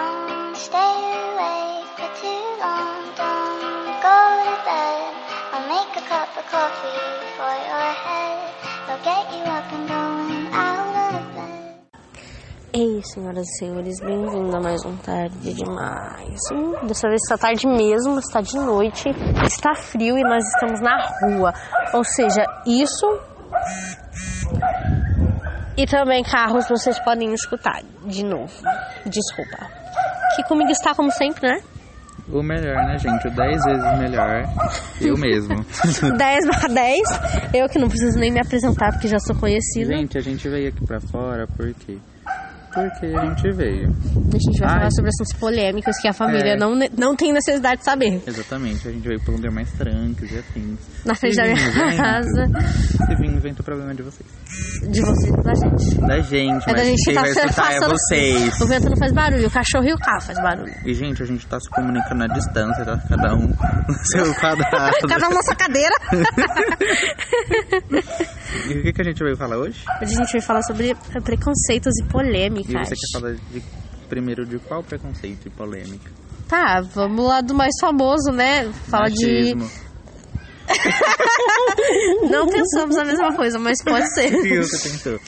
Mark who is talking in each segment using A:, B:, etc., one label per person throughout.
A: Don't stay awake for too long. Don't go to bed. I'll make a cup of coffee for your head. I'll get you up and going out of bed.
B: Ei, É senhoras e senhores, bem-vindo a mais um Tarde Demais. Hum, dessa vez está tarde mesmo, está de noite, está frio e nós estamos na rua. Ou seja, isso. E também carros vocês podem escutar de novo. Desculpa. Que comigo está como sempre, né?
C: O melhor, né, gente? O 10 vezes melhor. Eu mesmo.
B: 10 barra 10. Eu que não preciso nem me apresentar porque já sou conhecida.
C: gente, a gente veio aqui pra fora por quê? Porque a gente veio.
B: A gente vai
C: Ai.
B: falar sobre assuntos polêmicos que a família
C: É.
B: não, ne- não tem necessidade de saber.
C: Exatamente, a gente veio pra um lugar mais tranques e afins.
B: Na frente
C: Se
B: da minha
C: vinho vento-
B: casa.
C: Se vinho vento, o problema é de vocês.
B: De vocês e da gente.
C: Da gente,
B: É da
C: mas
B: gente
C: quem
B: tá
C: vai
B: se
C: escutar é
B: afastando.
C: vocês.
B: O vento não faz barulho, o cachorro e o carro faz barulho.
C: E, gente, a gente tá se comunicando à distância, tá? Cada um no seu quadrado.
B: Cada um na sua cadeira.
C: E o que, que a gente veio falar hoje?
B: Hoje a gente vai falar sobre preconceitos e
C: E
B: polêmicas.
C: você quer falar de, primeiro de qual preconceito e polêmica?
B: Tá, vamos lá do mais famoso, né? Fala de.
C: Machismo.
B: Não pensamos a mesma coisa, mas pode
C: O
B: ser.
C: que você pensou?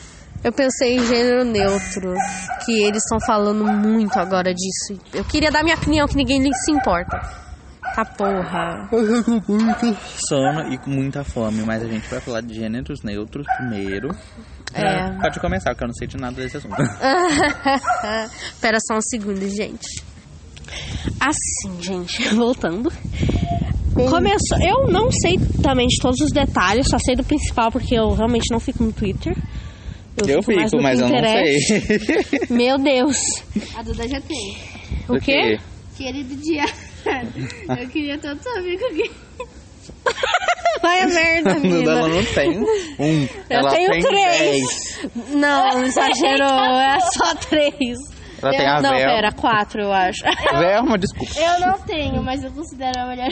B: Eu pensei em gênero neutro, que eles estão falando muito agora disso. Eu queria dar minha opinião, que ninguém nem se importa. Tá porra.
C: Eu tô com muito sono e com muita fome, mas a gente vai falar de gêneros neutros primeiro.
B: É.
C: Pode começar, que eu não sei de nada desse assunto.
B: Pera só um segundo, gente. Assim, gente, voltando. Começou. Eu não sei também de todos os detalhes, só sei do principal porque eu realmente não fico no Twitter. no Pinterest.
C: sei.
B: Meu Deus.
D: A é Duda já tem.
B: O quê?
D: Querido diário, eu queria tanto saber com quem.
B: Vai a merda, menina.
C: ela não tem um.
B: Eu
C: ela
B: tenho
C: tem dez.
B: três. Não, exagerou. É só três.
C: Ela tem a
B: não,
C: Vel.
B: pera, quatro, eu acho.
C: Velma, desculpa.
D: Eu não tenho, mas eu considero a melhor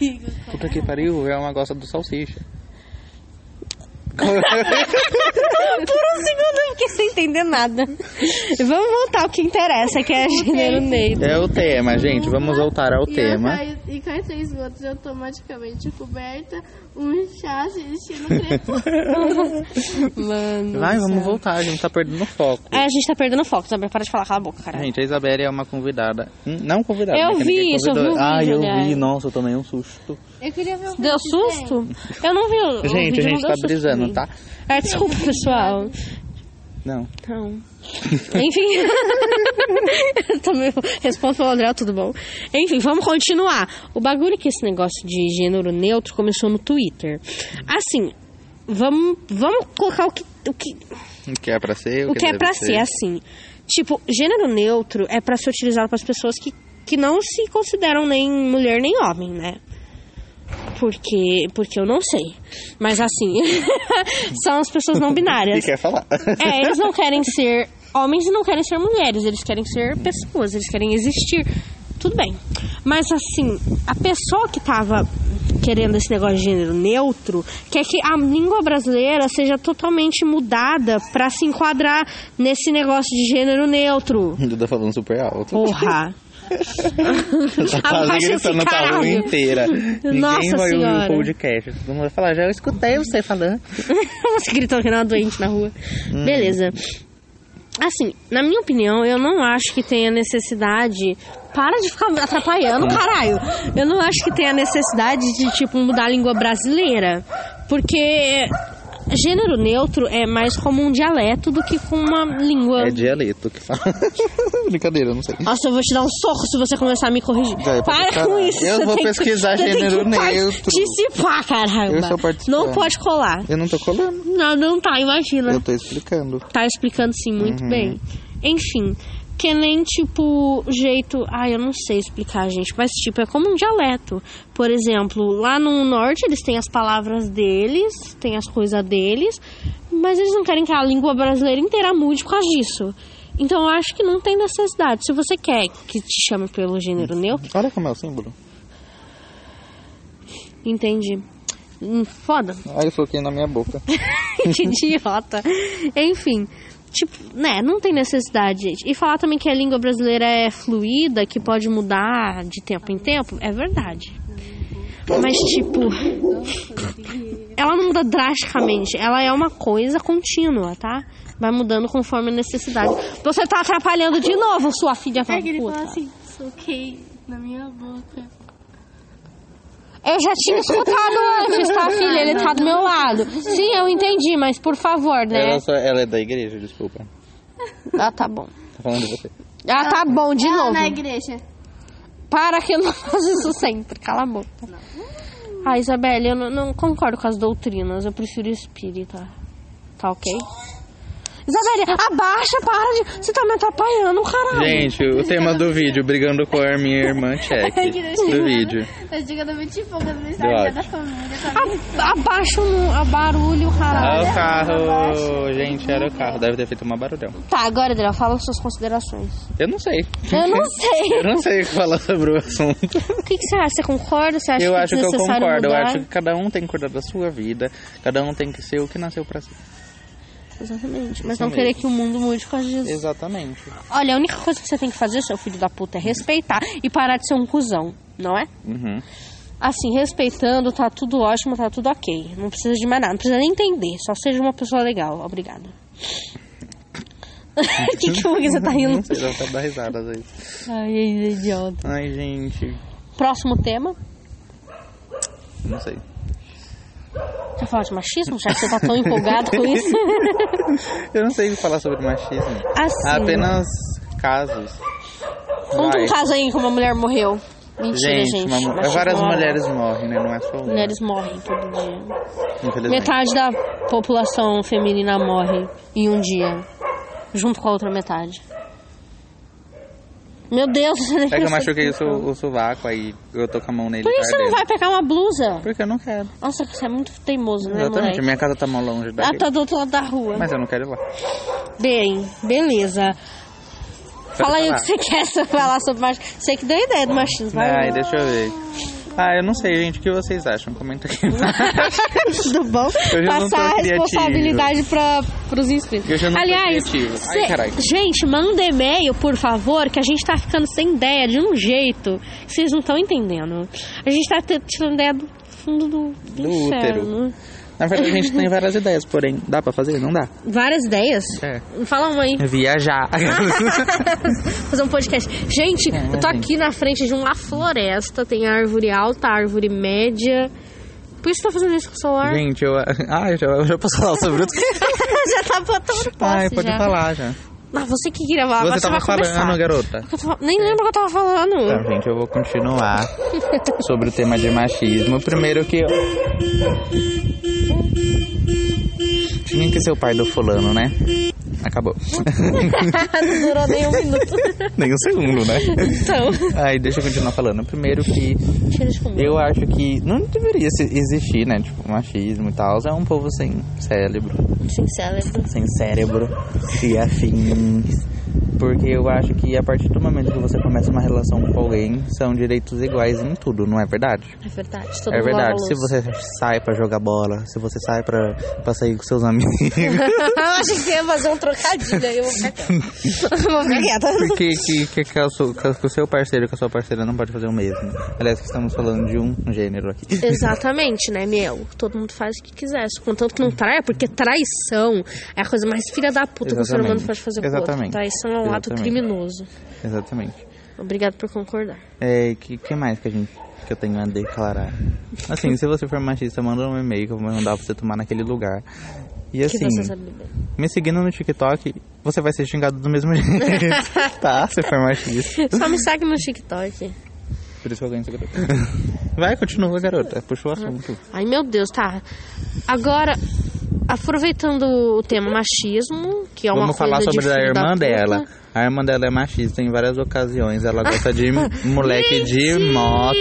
D: amiga.
C: Puta que pariu, Velma gosta do salsicha.
B: Por um segundo eu fiquei sem entender nada. Vamos voltar ao que interessa, que é gênero neutro.
C: É o tema, gente. Vamos voltar ao
D: e Eu
C: tema.
D: caio, e cai três gotas automaticamente coberta, um chá estilo crepúsculo.
B: Mano.
C: Vai,
B: do
C: vamos
B: céu.
C: voltar, a gente tá perdendo o foco.
B: É, a gente tá perdendo foco, Isabel. Para de falar, cala a boca, cara.
C: Gente, a Isabelle é uma convidada. Hum, Não convidada.
B: Eu
C: né, que
B: vi
C: ninguém
B: isso, eu vi
C: convidou.
B: o
C: Ah,
B: vídeo,
C: eu vi.
B: aliás.
C: Nossa, eu tomei um susto.
D: Eu queria ver o que
B: Deu
D: vocês
B: susto? Eu não vi. o- o
C: Gente,
B: vídeo, não
C: a
B: deu
C: gente tá
B: susto
C: brisando,
B: comigo.
C: tá?
B: É, desculpa, pessoal.
C: Não.
B: Então. Enfim. Eu também respondo pelo André, tudo bom? Enfim, vamos continuar. O bagulho é que esse negócio de gênero neutro começou no Twitter. Assim, vamos, vamos colocar o que- o que
C: O que é pra ser?
B: O que é pra ser, assim. Tipo, gênero neutro é pra ser utilizado pras pessoas que, que não se consideram nem mulher nem homem, né? Porque, porque eu não sei. Mas assim, são as pessoas não
C: E
B: binárias.
C: quer falar.
B: É, eles não querem ser homens e não querem ser mulheres, eles querem ser pessoas, eles querem existir. Tudo bem. Mas assim, a pessoa que tava querendo esse negócio de gênero neutro quer que a língua brasileira seja totalmente mudada pra se enquadrar nesse negócio de gênero neutro.
C: Eu tô falando super alto.
B: Porra.
C: Tá quase
B: Abaixa esse
C: gritando pra rua
B: caralho.
C: inteira. Ninguém
B: Nossa
C: vai ouvir
B: Senhora.
C: o podcast. Todo mundo vai falar, já eu escutei você falando.
B: Você gritando que não é doente na rua. Beleza. Assim, na minha opinião, eu não acho que tenha necessidade. Para de ficar me atrapalhando, caralho. Eu não acho que tenha necessidade de, tipo, mudar a língua brasileira. Porque gênero neutro é mais como um dialeto do que com uma língua.
C: É dialeto que fala. Brincadeira, eu não sei.
B: Nossa, eu vou te dar um soco se você começar a me corrigir.
C: Vai,
B: Para
C: caralho.
B: com isso.
C: Eu
B: você
C: vou
B: tem que-
C: pesquisar
B: você tem
C: gênero
B: que par-
C: neutro.
B: Dissipar, caramba.
C: Eu sou participante.
B: Não pode colar.
C: Eu não tô colando.
B: Não, não tá, imagina.
C: Eu tô explicando.
B: Tá explicando sim muito
C: Uhum.
B: bem. Enfim, que nem tipo o jeito, ai, eu não sei explicar, gente, mas tipo é como um dialeto. Por exemplo, lá no norte eles têm as palavras deles, têm as coisas deles, mas eles não querem que a língua brasileira inteira mude por causa disso. Então eu acho que não tem necessidade. Se você quer que te chame pelo gênero neutro,
C: Olha como é o símbolo.
B: entendi. Hum, Foda.
C: Aí eu coloquei na minha boca.
B: que idiota. Enfim, Tipo, né, não tem necessidade, gente. E falar também que a língua brasileira é fluida, que pode mudar de tempo em tempo, é verdade. Mas, tipo, ela não muda drasticamente. Ela é uma coisa contínua, tá? Vai mudando conforme a necessidade. Você tá atrapalhando de novo, sua filha da
D: É que ele fala
B: puta.
D: assim, soquei na minha boca.
B: Eu já tinha escutado antes, tá, filha? Ele tá do meu lado. Sim, eu entendi, mas por favor, né?
C: Ela, só- ela é da igreja, desculpa.
B: Ah, tá bom.
C: Tá falando de você.
B: Ah, tá bom, de
D: Ela
B: novo.
D: na igreja.
B: Para que eu não faça isso sempre. Cala a boca. Ah, Isabelle, eu não, não concordo com as doutrinas. Eu prefiro espírita. Tá ok? é. Isabelle, abaixa, para de... Você tá me atrapalhando, caralho.
C: Gente, o tema do vídeo, brigando com a minha irmã, check. Do vídeo.
D: Eu digo, eu tô muito empolgada no Instagram
C: ódio.
D: da família. Tá vendo?
B: A, abaixa o a barulho,
C: Ah,
B: caralho.
C: o carro. Gente, era o carro. Deve ter feito uma barulhão.
B: Tá, agora, Adriel, fala suas considerações.
C: Eu não sei.
B: Eu não sei.
C: Eu não sei o que falar sobre o assunto.
B: O que, que você acha? Você concorda? Você acha
C: eu
B: que
C: acho
B: é
C: que eu
B: desnecessário
C: concordo. Eu
B: mudar?
C: acho que cada um tem que cuidar da sua vida. Cada um tem que ser o que nasceu pra ser.
B: Exatamente. Mas
C: Isso
B: não querer
C: mesmo.
B: que o mundo mude com as Jesus.
C: Exatamente.
B: Olha, a única coisa que você tem que fazer, seu filho da puta, é respeitar e parar de ser um cuzão, não é?
C: Uhum.
B: Assim, respeitando, tá tudo ótimo, tá tudo ok. Não precisa de mais nada, não precisa nem entender. Só seja uma pessoa legal. Obrigada. que que foi que você tá rindo?
C: Não sei, dá pra dar risada às vezes.
B: Ai, idiota.
C: Ai, gente.
B: Próximo tema.
C: Não sei.
B: Quer falar de machismo? Já que você tá tão empolgado com isso.
C: Eu não sei o que falar sobre machismo.
B: Assim.
C: Apenas casos.
B: Conta um
C: Vai.
B: caso aí que uma mulher morreu. Mentira,
C: Gente,
B: gente.
C: uma-
B: Machismo
C: várias
B: é uma-
C: mulheres morrem, né? Não é só uma.
B: Mulheres morrem todo dia.
C: infelizmente.
B: Metade da população feminina morre em um dia, junto com a outra metade. Meu Deus, você nem
C: É que eu
B: percebe.
C: machuquei o, su- o sovaco, aí eu tô com a mão nele.
B: Por que você não
C: ardendo.
B: vai pegar uma blusa?
C: Porque eu não quero.
B: Nossa, você é muito teimoso, né,
C: Exatamente,
B: moleque?
C: minha casa tá mal longe
B: Ah,
C: daqui.
B: tá do outro lado da rua.
C: Mas eu não quero ir lá.
B: Bem, beleza. Fala aí o que
C: falar.
B: você quer se eu falar sobre machismo. Você que deu ideia do machismo. vai né?
C: Ai,
B: lá.
C: deixa eu ver. Ah, eu não sei, gente, o que vocês acham? Comenta aqui.
B: Tudo bom?
C: eu não tô
B: Passar a
C: criativo.
B: responsabilidade para os inscritos.
C: Eu já não tô
B: Aliás,
C: criativo. Ai,
B: cê-
C: caralho.
B: gente, manda um e-mail, por favor, que a gente tá ficando sem ideia de um jeito que vocês não estão entendendo. A gente tá te- tirando ideia do fundo do, do,
C: Do
B: inferno.
C: útero. Na verdade, a gente tem várias ideias, porém, dá pra fazer? Não dá.
B: Várias ideias?
C: É.
B: Fala uma aí.
C: Viajar.
B: fazer um podcast. Gente,
C: É,
B: eu tô
C: assim.
B: aqui na frente de uma floresta, tem árvore alta, árvore média. Por isso você tá fazendo isso com o celular?
C: gente, eu. Ah, eu já, eu já posso falar sobre outro.
B: já tá botando posse
C: Ai, pode
B: já.
C: falar já.
B: Ah, você que queria falar, agora
C: Você tava
B: vai começar.
C: falando, ah, garota.
B: Eu tava- Nem lembro o que eu tava falando.
C: Tá, gente, eu vou continuar sobre o tema de machismo. Primeiro que. Tinha que ser o pai do fulano, né? Acabou. É.
B: Não durou nem um minuto.
C: Nem um segundo, né?
B: Então.
C: Aí, deixa eu continuar falando. Primeiro que
B: Cheiro de comida.
C: eu acho que não deveria se- existir, né? Tipo, machismo e tal. É um povo sem cérebro.
B: Sem cérebro.
C: sem cérebro e afins. Porque eu acho que a partir do momento que você começa uma relação com alguém, são direitos iguais em tudo, não é verdade?
B: É verdade. Todo
C: é
B: mundo lava
C: verdade.
B: a
C: Se
B: louça.
C: você sai pra jogar bola, se você sai pra, pra sair com seus amigos.
B: eu achei que você ia fazer um trocadilho aí. Eu vou ficar quieta. vou ficar quieta.
C: Por que, que, que, que é o seu- que o seu parceiro e que a sua parceira não pode fazer o mesmo? Aliás, que estamos falando de um gênero aqui.
B: Exatamente, né, meu? Todo mundo faz o que quiser. só Contanto que não traia, porque traição é a coisa mais filha da puta que o ser
C: Exatamente.
B: humano pode fazer com o outro.
C: Exatamente.
B: Traição é um ato
C: Exatamente.
B: criminoso.
C: Exatamente.
B: Obrigado por concordar.
C: É, que, que mais que a gente que eu tenho a declarar? Assim, se você for machista, manda um e-mail que eu vou mandar pra você tomar naquele lugar. E assim.
B: que é você sabe bem.
C: me seguindo no TikTok, você vai ser xingado do mesmo jeito. tá, se for machista.
B: Só me segue no TikTok.
C: Por isso que eu ganho essa garota. Vai, continua, garota. Puxa o assunto.
B: Ai, meu Deus, tá. Agora, aproveitando o tema machismo, que é uma
C: Vamos
B: coisa
C: falar
B: de
C: sobre a
B: filho da
C: irmã
B: puta.
C: dela. A irmã dela é machista em várias ocasiões. Ela gosta de moleque de moto,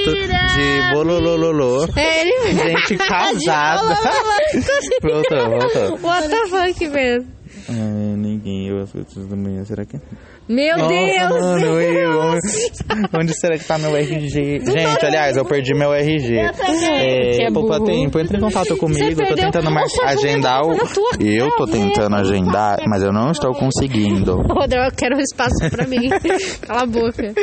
C: de bololololô.
B: É, ele
C: Gente casada. voltou, voltou.
B: What the fuck, velho?
C: Ai, ninguém, eu as coisas da manhã, será que...
B: Meu
C: Nossa,
B: Deus!
C: mano, eu, eu, Onde será que tá meu RG? Gente, aliás, eu perdi meu RG.
D: Eu também.
B: Que é
C: É,
B: burro.
C: Popatem, pô, entra em contato comigo. Eu tô
B: perdeu.
C: tentando mar-
B: O Sérgio
C: agendar
B: tá
C: o.
B: na tua
C: Eu tô
B: casa,
C: tentando
B: né?
C: agendar, mas eu não estou conseguindo.
B: Rodel, eu quero um espaço pra mim. Cala a boca.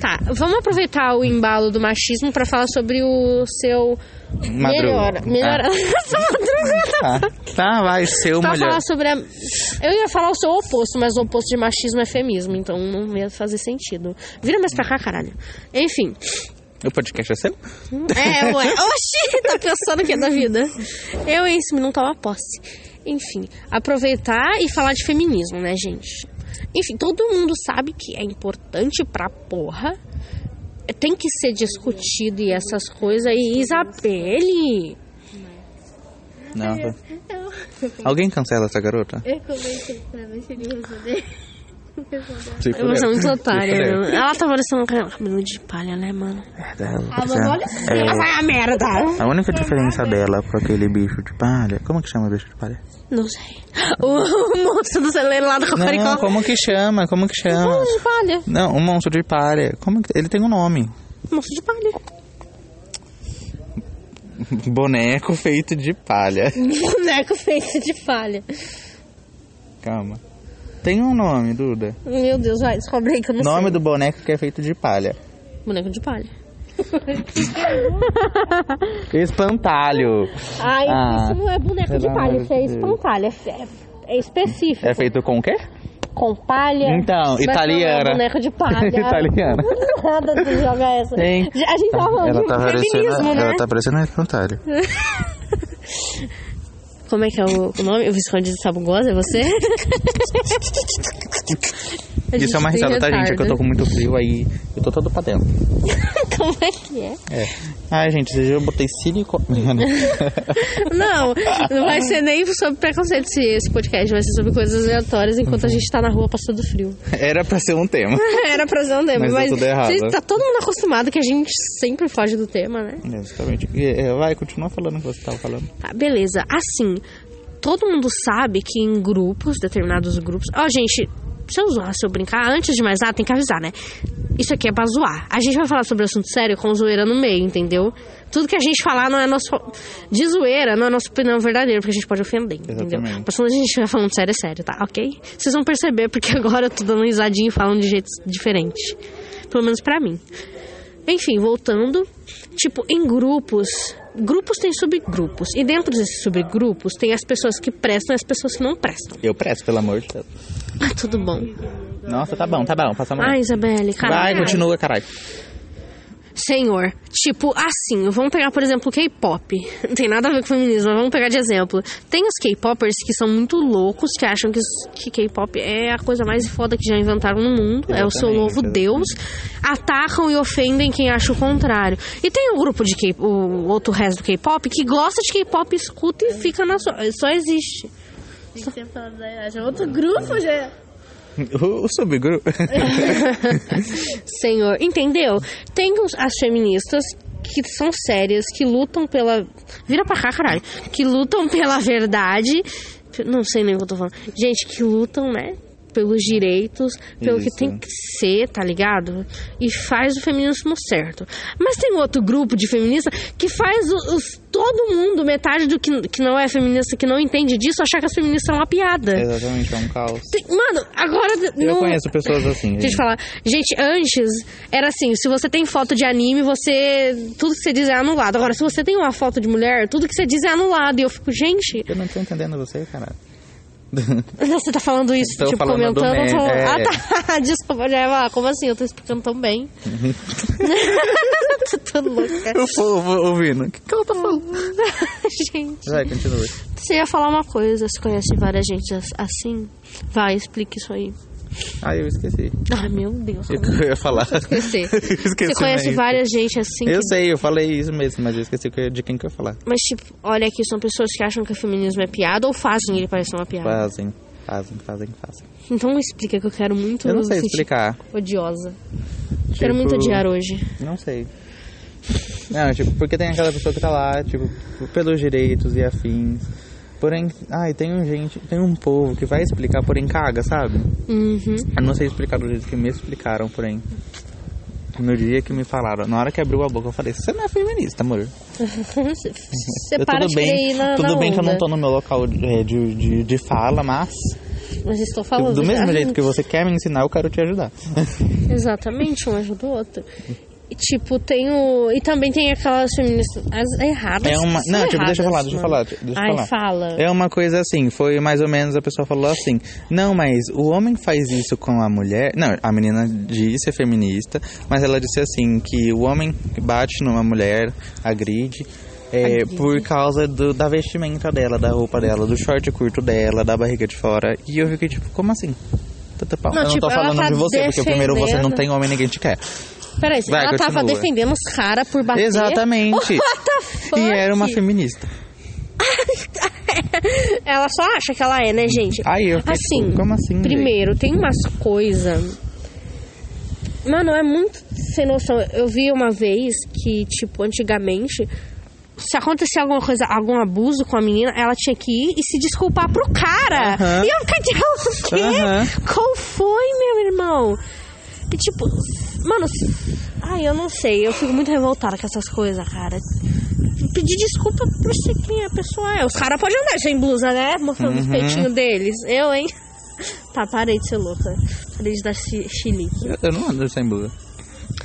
B: Tá, vamos aproveitar o embalo do machismo pra falar sobre o seu...
C: Madruga. É.
B: Melhora. Melhora. Essa madruga.
C: Tá, tá vai, seu
B: Pra
C: mulher.
B: falar sobre a... Eu ia falar o seu oposto, mas o oposto de machismo é feminismo, então não ia fazer sentido. Vira mais pra cá, caralho. Enfim.
C: O podcast é seu?
B: É, ué. Oxi, tá pensando o que é da vida? Eu, hein, se não tava posse. Enfim, aproveitar e falar de feminismo, né, gente? Enfim, todo mundo sabe que é importante pra porra. Tem que ser discutido e essas coisas. E Isabelle...
C: Não. tá.
D: Eu,
C: Alguém cancela essa garota?
D: eu comentei pra ver se ele respondeu.
C: Se
B: Eu sou muito
C: Se
B: otária,
C: fudeu.
B: né? Ela tá parecendo um cabelo de palha, né, mano?
D: Ah, mas olha só.
C: É,
B: Ah, merda!
C: a única diferença dela pra aquele bicho de palha. Como que chama bicho de palha?
B: Não sei. O monstro do celeiro lá do Hum, Cocoricó.
C: Não, como que chama? Como que chama?
B: Monstro de palha.
C: Não, um monstro de palha. Como que... Ele tem um nome.
B: Monstro de palha.
C: Boneco feito de palha.
B: Boneco feito de palha.
C: Calma. Tem um nome, Duda.
B: Meu Deus, vai, descobre aí que eu não
C: Nome do boneco que é feito de palha.
B: sei. Boneco de palha.
C: Espantalho.
B: Ai,
C: Ah,
B: isso não é boneco
C: pelo
B: de palha,
C: amor
B: isso é
C: de Deus.
B: espantalho. É, fe- é específico.
C: É feito com o quê?
B: Com palha.
C: Então,
B: mas não é
C: italiana.
B: boneco de palha.
C: Italiana.
B: Nada de jogar essa.
C: Tem.
B: A gente tá falando de feminismo, né?
C: parecendo um espantalho.
B: Como é que é o, o nome? O Visconde de Sabugosa, é você? A
C: Isso é uma
B: tem
C: risada, tá, gente? É que eu tô
B: retardo.
C: com muito frio aí. Eu tô todo pra dentro.
B: Como é que é?
C: É. Ai, gente, esse dia eu botei silicone.
B: Não, não vai ser nem sobre preconceito esse, esse podcast, vai ser sobre coisas aleatórias enquanto
C: Uhum.
B: a gente tá na rua passando frio.
C: Era pra ser um tema.
B: Era pra ser um tema,
C: Mas
B: mas,
C: deu tudo errado.
B: vocês- tá todo mundo acostumado que a gente sempre foge do tema, né?
C: Exatamente. E, é, Vai, continua falando o que você tava falando.
B: Tá, beleza. Assim, todo mundo sabe que em grupos, determinados grupos. Ó, gente, se eu zoar, se eu brincar, antes de mais nada, tem que avisar, né? Isso aqui é pra zoar. A gente vai falar sobre assunto sério com zoeira no meio, entendeu? Tudo que a gente falar não é nosso. De zoeira, não é nossa opinião verdadeira, porque a gente pode ofender, entendeu?
C: Exatamente.
B: Mas quando a gente estiver falando sério, é sério, tá? Ok? Vocês vão perceber, porque agora eu tô dando risadinha e falando de jeito diferente. Pelo menos pra mim. Enfim, voltando, tipo, em grupos, grupos tem subgrupos, e dentro desses subgrupos tem as pessoas que prestam e as pessoas que não prestam.
C: Eu presto, pelo amor de Deus.
B: Ah, tudo bom.
C: Nossa, tá bom, tá bom. Passa a mão.
B: Ah, Isabelle,
C: Vai,
B: caralho.
C: continua, caralho.
B: Senhor, tipo, assim, vamos pegar, por exemplo, o K-pop. Não tem nada a ver com feminismo, mas vamos pegar de exemplo. Tem os K-popers que são muito loucos, que acham que, que K-pop é a coisa mais foda que já inventaram no mundo, é o seu
C: Exatamente,
B: novo
C: exatamente.
B: Deus. Atacam e ofendem quem acha o contrário. E tem o grupo de K o outro resto do K-pop que gosta de K-pop, escuta e fica na sua. Só existe.
D: Tem que ter falado da já Outro grupo já. é.
C: O, o subgrupo.
B: Senhor, entendeu? Tem os- as feministas que são sérias, que lutam pela. Vira pra cá, caralho. Que lutam pela verdade. Não sei nem o que eu tô falando. Gente, que lutam, né? Pelos direitos, pelo
C: Isso.
B: que tem que ser, tá ligado? E faz o feminismo certo. Mas tem outro grupo de feminista que faz o- os- todo mundo, metade do que, que não é feminista, que não entende disso, achar que as feministas são uma piada.
C: Exatamente, é um caos.
B: Tem- mano, agora.
C: Eu
B: não-
C: conheço pessoas
B: Deixa
C: assim.
B: eu te
C: gente.
B: falar. Gente, antes era assim, se você tem foto de anime, você. Tudo que você diz é anulado. Agora, se você tem uma foto de mulher, tudo que você diz é anulado. E eu fico, gente,
C: Eu não tô entendendo você, caralho.
B: você tá falando isso,
C: Tô
B: tipo,
C: falando do
B: comentando.
C: meme,
B: falando-
C: é.
B: Ah, tá. Desculpa, já ia falar, como assim? Eu tô explicando tão bem. tô tão louca.
C: O povo ouvindo. O que, que ela tá falando?
B: gente.
C: Vai, continua.
B: Você ia falar uma coisa, você conhece várias gente as- assim? Vai, explica isso aí.
C: Ah, eu esqueci.
B: Ai, meu Deus.
C: O que eu ia falar?
B: Esqueci.
C: esqueci né,
B: Você conhece
C: mesmo.
B: várias gente assim
C: Eu
B: que
C: sei, eu falei isso mesmo, mas eu esqueci que- de quem que eu ia falar.
B: Mas, tipo, olha aqui, são pessoas que acham que o feminismo é piada ou fazem ele parecer uma piada.
C: Fazem, fazem, fazem, fazem.
B: Então explica que eu quero muito
C: Eu não
B: me
C: sei
B: sentir
C: explicar.
B: Odiosa.
C: Tipo,
B: Quero muito odiar hoje.
C: Não sei. Não, tipo, porque tem aquela pessoa que tá lá, tipo, pelos direitos e afins. Porém, ai, tem um gente, tem um povo que vai explicar, porém caga, sabe?
B: Uhum.
C: Eu não sei explicar do jeito que me explicaram, porém. No dia que me falaram, na hora que abriu a boca, eu falei, você não é feminista, amor.
B: Você
C: Eu,
B: para de
C: tudo bem,
B: querer ir na,
C: tudo
B: na
C: bem que eu não
B: onda.
C: tô no meu local de, de, de- de fala, mas
B: Mas estou falando.
C: Tipo, do mesmo
B: já.
C: jeito que você quer me ensinar, eu quero te ajudar.
B: Exatamente, um ajuda o outro. E, tipo, tem o. E também tem aquelas feministas as erradas.
C: É uma...
B: são
C: Não, tipo, deixa eu falar,
B: erradas,
C: deixa
B: mano.
C: eu falar, deixa eu
B: Ai,
C: falar.
B: fala.
C: É uma coisa assim, foi mais ou menos a pessoa falou assim: "Não, mas o homem faz isso com a mulher". Não, a menina disse é feminista, mas ela disse assim que o homem bate numa mulher, agride é, por causa do- da vestimenta dela, da roupa dela, do short curto dela, da barriga de fora. E eu fiquei tipo, como assim? Tata pau.
B: Não,
C: eu
B: tipo,
C: não tô
B: ela
C: falando
B: tá
C: de você, porque primeiro você
B: defendendo-
C: não
B: Tá
C: tem homem, ninguém te quer.
B: Peraí,
C: Vai,
B: ela tava
C: continua.
B: defendendo os caras por bater.
C: Exatamente.
B: What the fuck?
C: E era uma feminista.
B: Ela só acha que ela é, né, gente?
C: Aí eu fiquei
B: assim,
C: tipo, como assim? gente?
B: Primeiro, tem umas coisas. Mano, é muito sem noção. Eu vi uma vez que, tipo, antigamente, se acontecia alguma coisa, algum abuso com a menina, ela tinha que ir e se desculpar pro cara.
C: Aham.
B: E eu ficar de o quê?
C: Aham.
B: Qual foi, meu irmão? E tipo, mano, ai, eu não sei, eu fico muito revoltada com essas coisas, cara. Pedir desculpa por ser quem a pessoa é. Os caras podem andar sem blusa, né? Mostrando os
C: Uhum.
B: peitinhos deles. Eu, hein? Tá, parei de ser louca. Parei de dar chi- chilique.
C: Eu- Eu não ando sem blusa.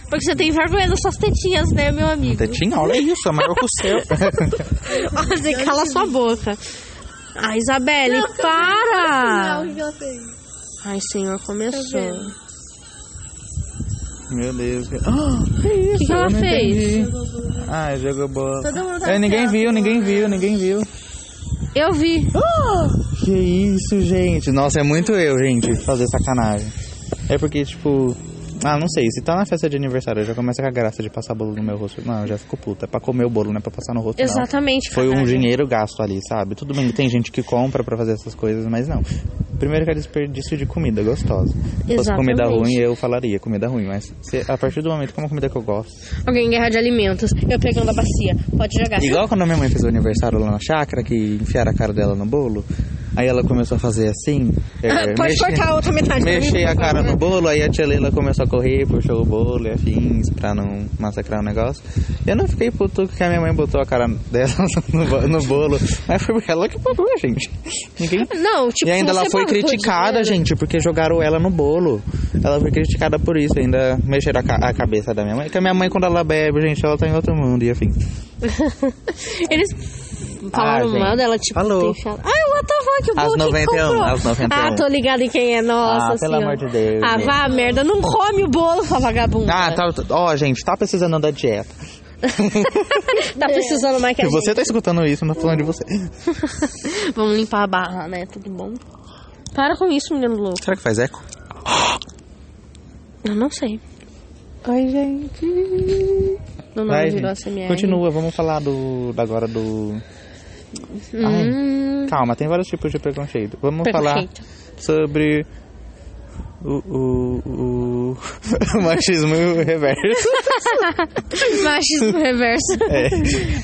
B: Porque você tem vergonha das suas tetinhas, né, meu amigo?
C: Tetinha, olha isso, é maior que o seu.
B: Você cala sua boca. Ah, Isabelle, para!
D: Não, o que ela fez?
B: Ai, senhor, começou.
D: Tá
B: O
C: Meu Deus. que- Ah, que isso?
B: que, que ela
C: Eu não
B: fez?
C: entendi. Ah, jogou bola.
D: Todo mundo
C: É, ninguém
D: acerta,
C: viu, ninguém viu, ninguém viu.
B: Eu vi.
C: Que isso, gente. Nossa, é muito eu, gente, fazer sacanagem. É porque, tipo... Ah, não sei, se tá na festa de aniversário, eu já começa com a graça de passar bolo no meu rosto. Não, eu já fico puta. É pra comer o bolo, não é pra passar no rosto, não.
B: Exatamente.
C: Foi um
B: caralho.
C: dinheiro gasto ali, sabe? Tudo bem que tem gente que compra pra fazer essas coisas, mas não. Primeiro que é desperdício de comida gostosa. Se fosse comida
B: Exatamente.
C: ruim, eu falaria comida ruim, mas se- a partir do momento que é uma comida que eu gosto.
B: Alguém em guerra de alimentos. Eu pegando a bacia. Pode jogar.
C: Igual quando a minha mãe fez o aniversário lá na chácara, que enfiaram a cara dela no bolo, aí ela começou a fazer assim. é,
B: Ah, Pode
C: mexer-
B: cortar a outra metade. pra mim,
C: Mexer a
B: por
C: cara no
B: favor.
C: bolo, aí a tia Leila começou a correr, puxou o bolo e afins pra não massacrar o negócio. Eu não fiquei puto que a minha mãe botou a cara dela no, bo- no bolo, mas foi porque ela que pagou, gente. Ninguém...
B: Não, tipo,
C: e ainda
B: você
C: ela foi
B: pagou
C: criticada,
B: dinheiro.
C: gente, porque jogaram ela no bolo. Ela foi criticada por isso, ainda mexeram a, ca- a cabeça da minha mãe. Porque a minha mãe, quando ela bebe, gente, ela tá em outro mundo, e afim.
B: Eles falaram
C: Ah, gente.
B: mal dela, tipo,
C: Falou.
B: tem fiado. Ai, what the fuck, o
C: As
B: bolo que
C: 91,
B: comprou.
C: as 91.
B: Ah, tô ligada em quem é, nossa
C: Ah, pelo
B: senhora.
C: amor de Deus,
B: Ah,
C: gente.
B: vá, merda, não come o bolo, sua vagabunda.
C: Ah, tá. Ó, gente, tá precisando da dieta.
B: Tá precisando mais que a
C: Se você
B: gente.
C: tá escutando isso, não tô falando de você.
B: Vamos limpar a barra, né, tudo bom? Para com isso, menino louco.
C: Será que faz eco?
B: Eu não sei.
C: Oi, gente.
B: Não, não,
C: Vai,
B: virou a
C: gente.
B: SMR.
C: Continua, vamos falar do agora do. Ai.
B: Hum,
C: Calma, tem vários tipos de preconceito. Vamos
B: Preconceito.
C: falar sobre o, o, o machismo reverso.
B: machismo reverso.
C: É.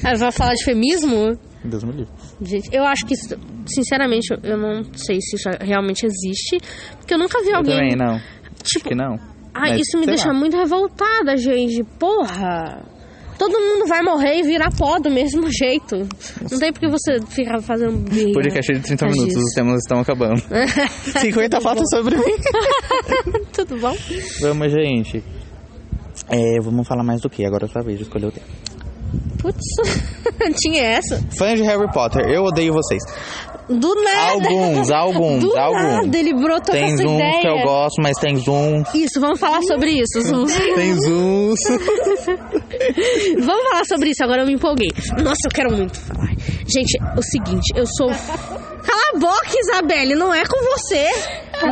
B: Ela vai falar de feminismo?
C: Deus me livre.
B: Gente, eu acho que, isso- sinceramente, eu- eu não sei se isso realmente existe. Porque eu nunca vi
C: Eu
B: alguém.
C: também não. Acho
B: Tipo,
C: que não.
B: ai,
C: Mas,
B: isso me
C: sei
B: deixa
C: lá.
B: muito revoltada, gente. Porra! Todo mundo vai morrer e virar pó do mesmo jeito. Não tem porque você ficar fazendo birra.
C: Podcast de 30 minutos, os temas estão acabando. 50 fotos sobre mim.
B: Tudo bom?
C: Vamos, gente. É, vamos falar mais do que? Agora é sua vez de escolher o tema.
B: Putz, tinha essa.
C: Fãs de Harry Potter, eu odeio vocês.
B: Do nada.
C: Alguns, alguns,
B: Do
C: alguns.
B: nada, ele brotou
C: Tem
B: com essa
C: uns
B: ideia.
C: que eu gosto, mas tem uns.
B: Isso, vamos falar sobre isso, Zuzu.
C: Tem uns.
B: Vamos falar sobre isso, agora eu me empolguei. Nossa, eu quero muito falar. Gente, o seguinte, eu sou. Cala a boca, Isabelle, não é com você. É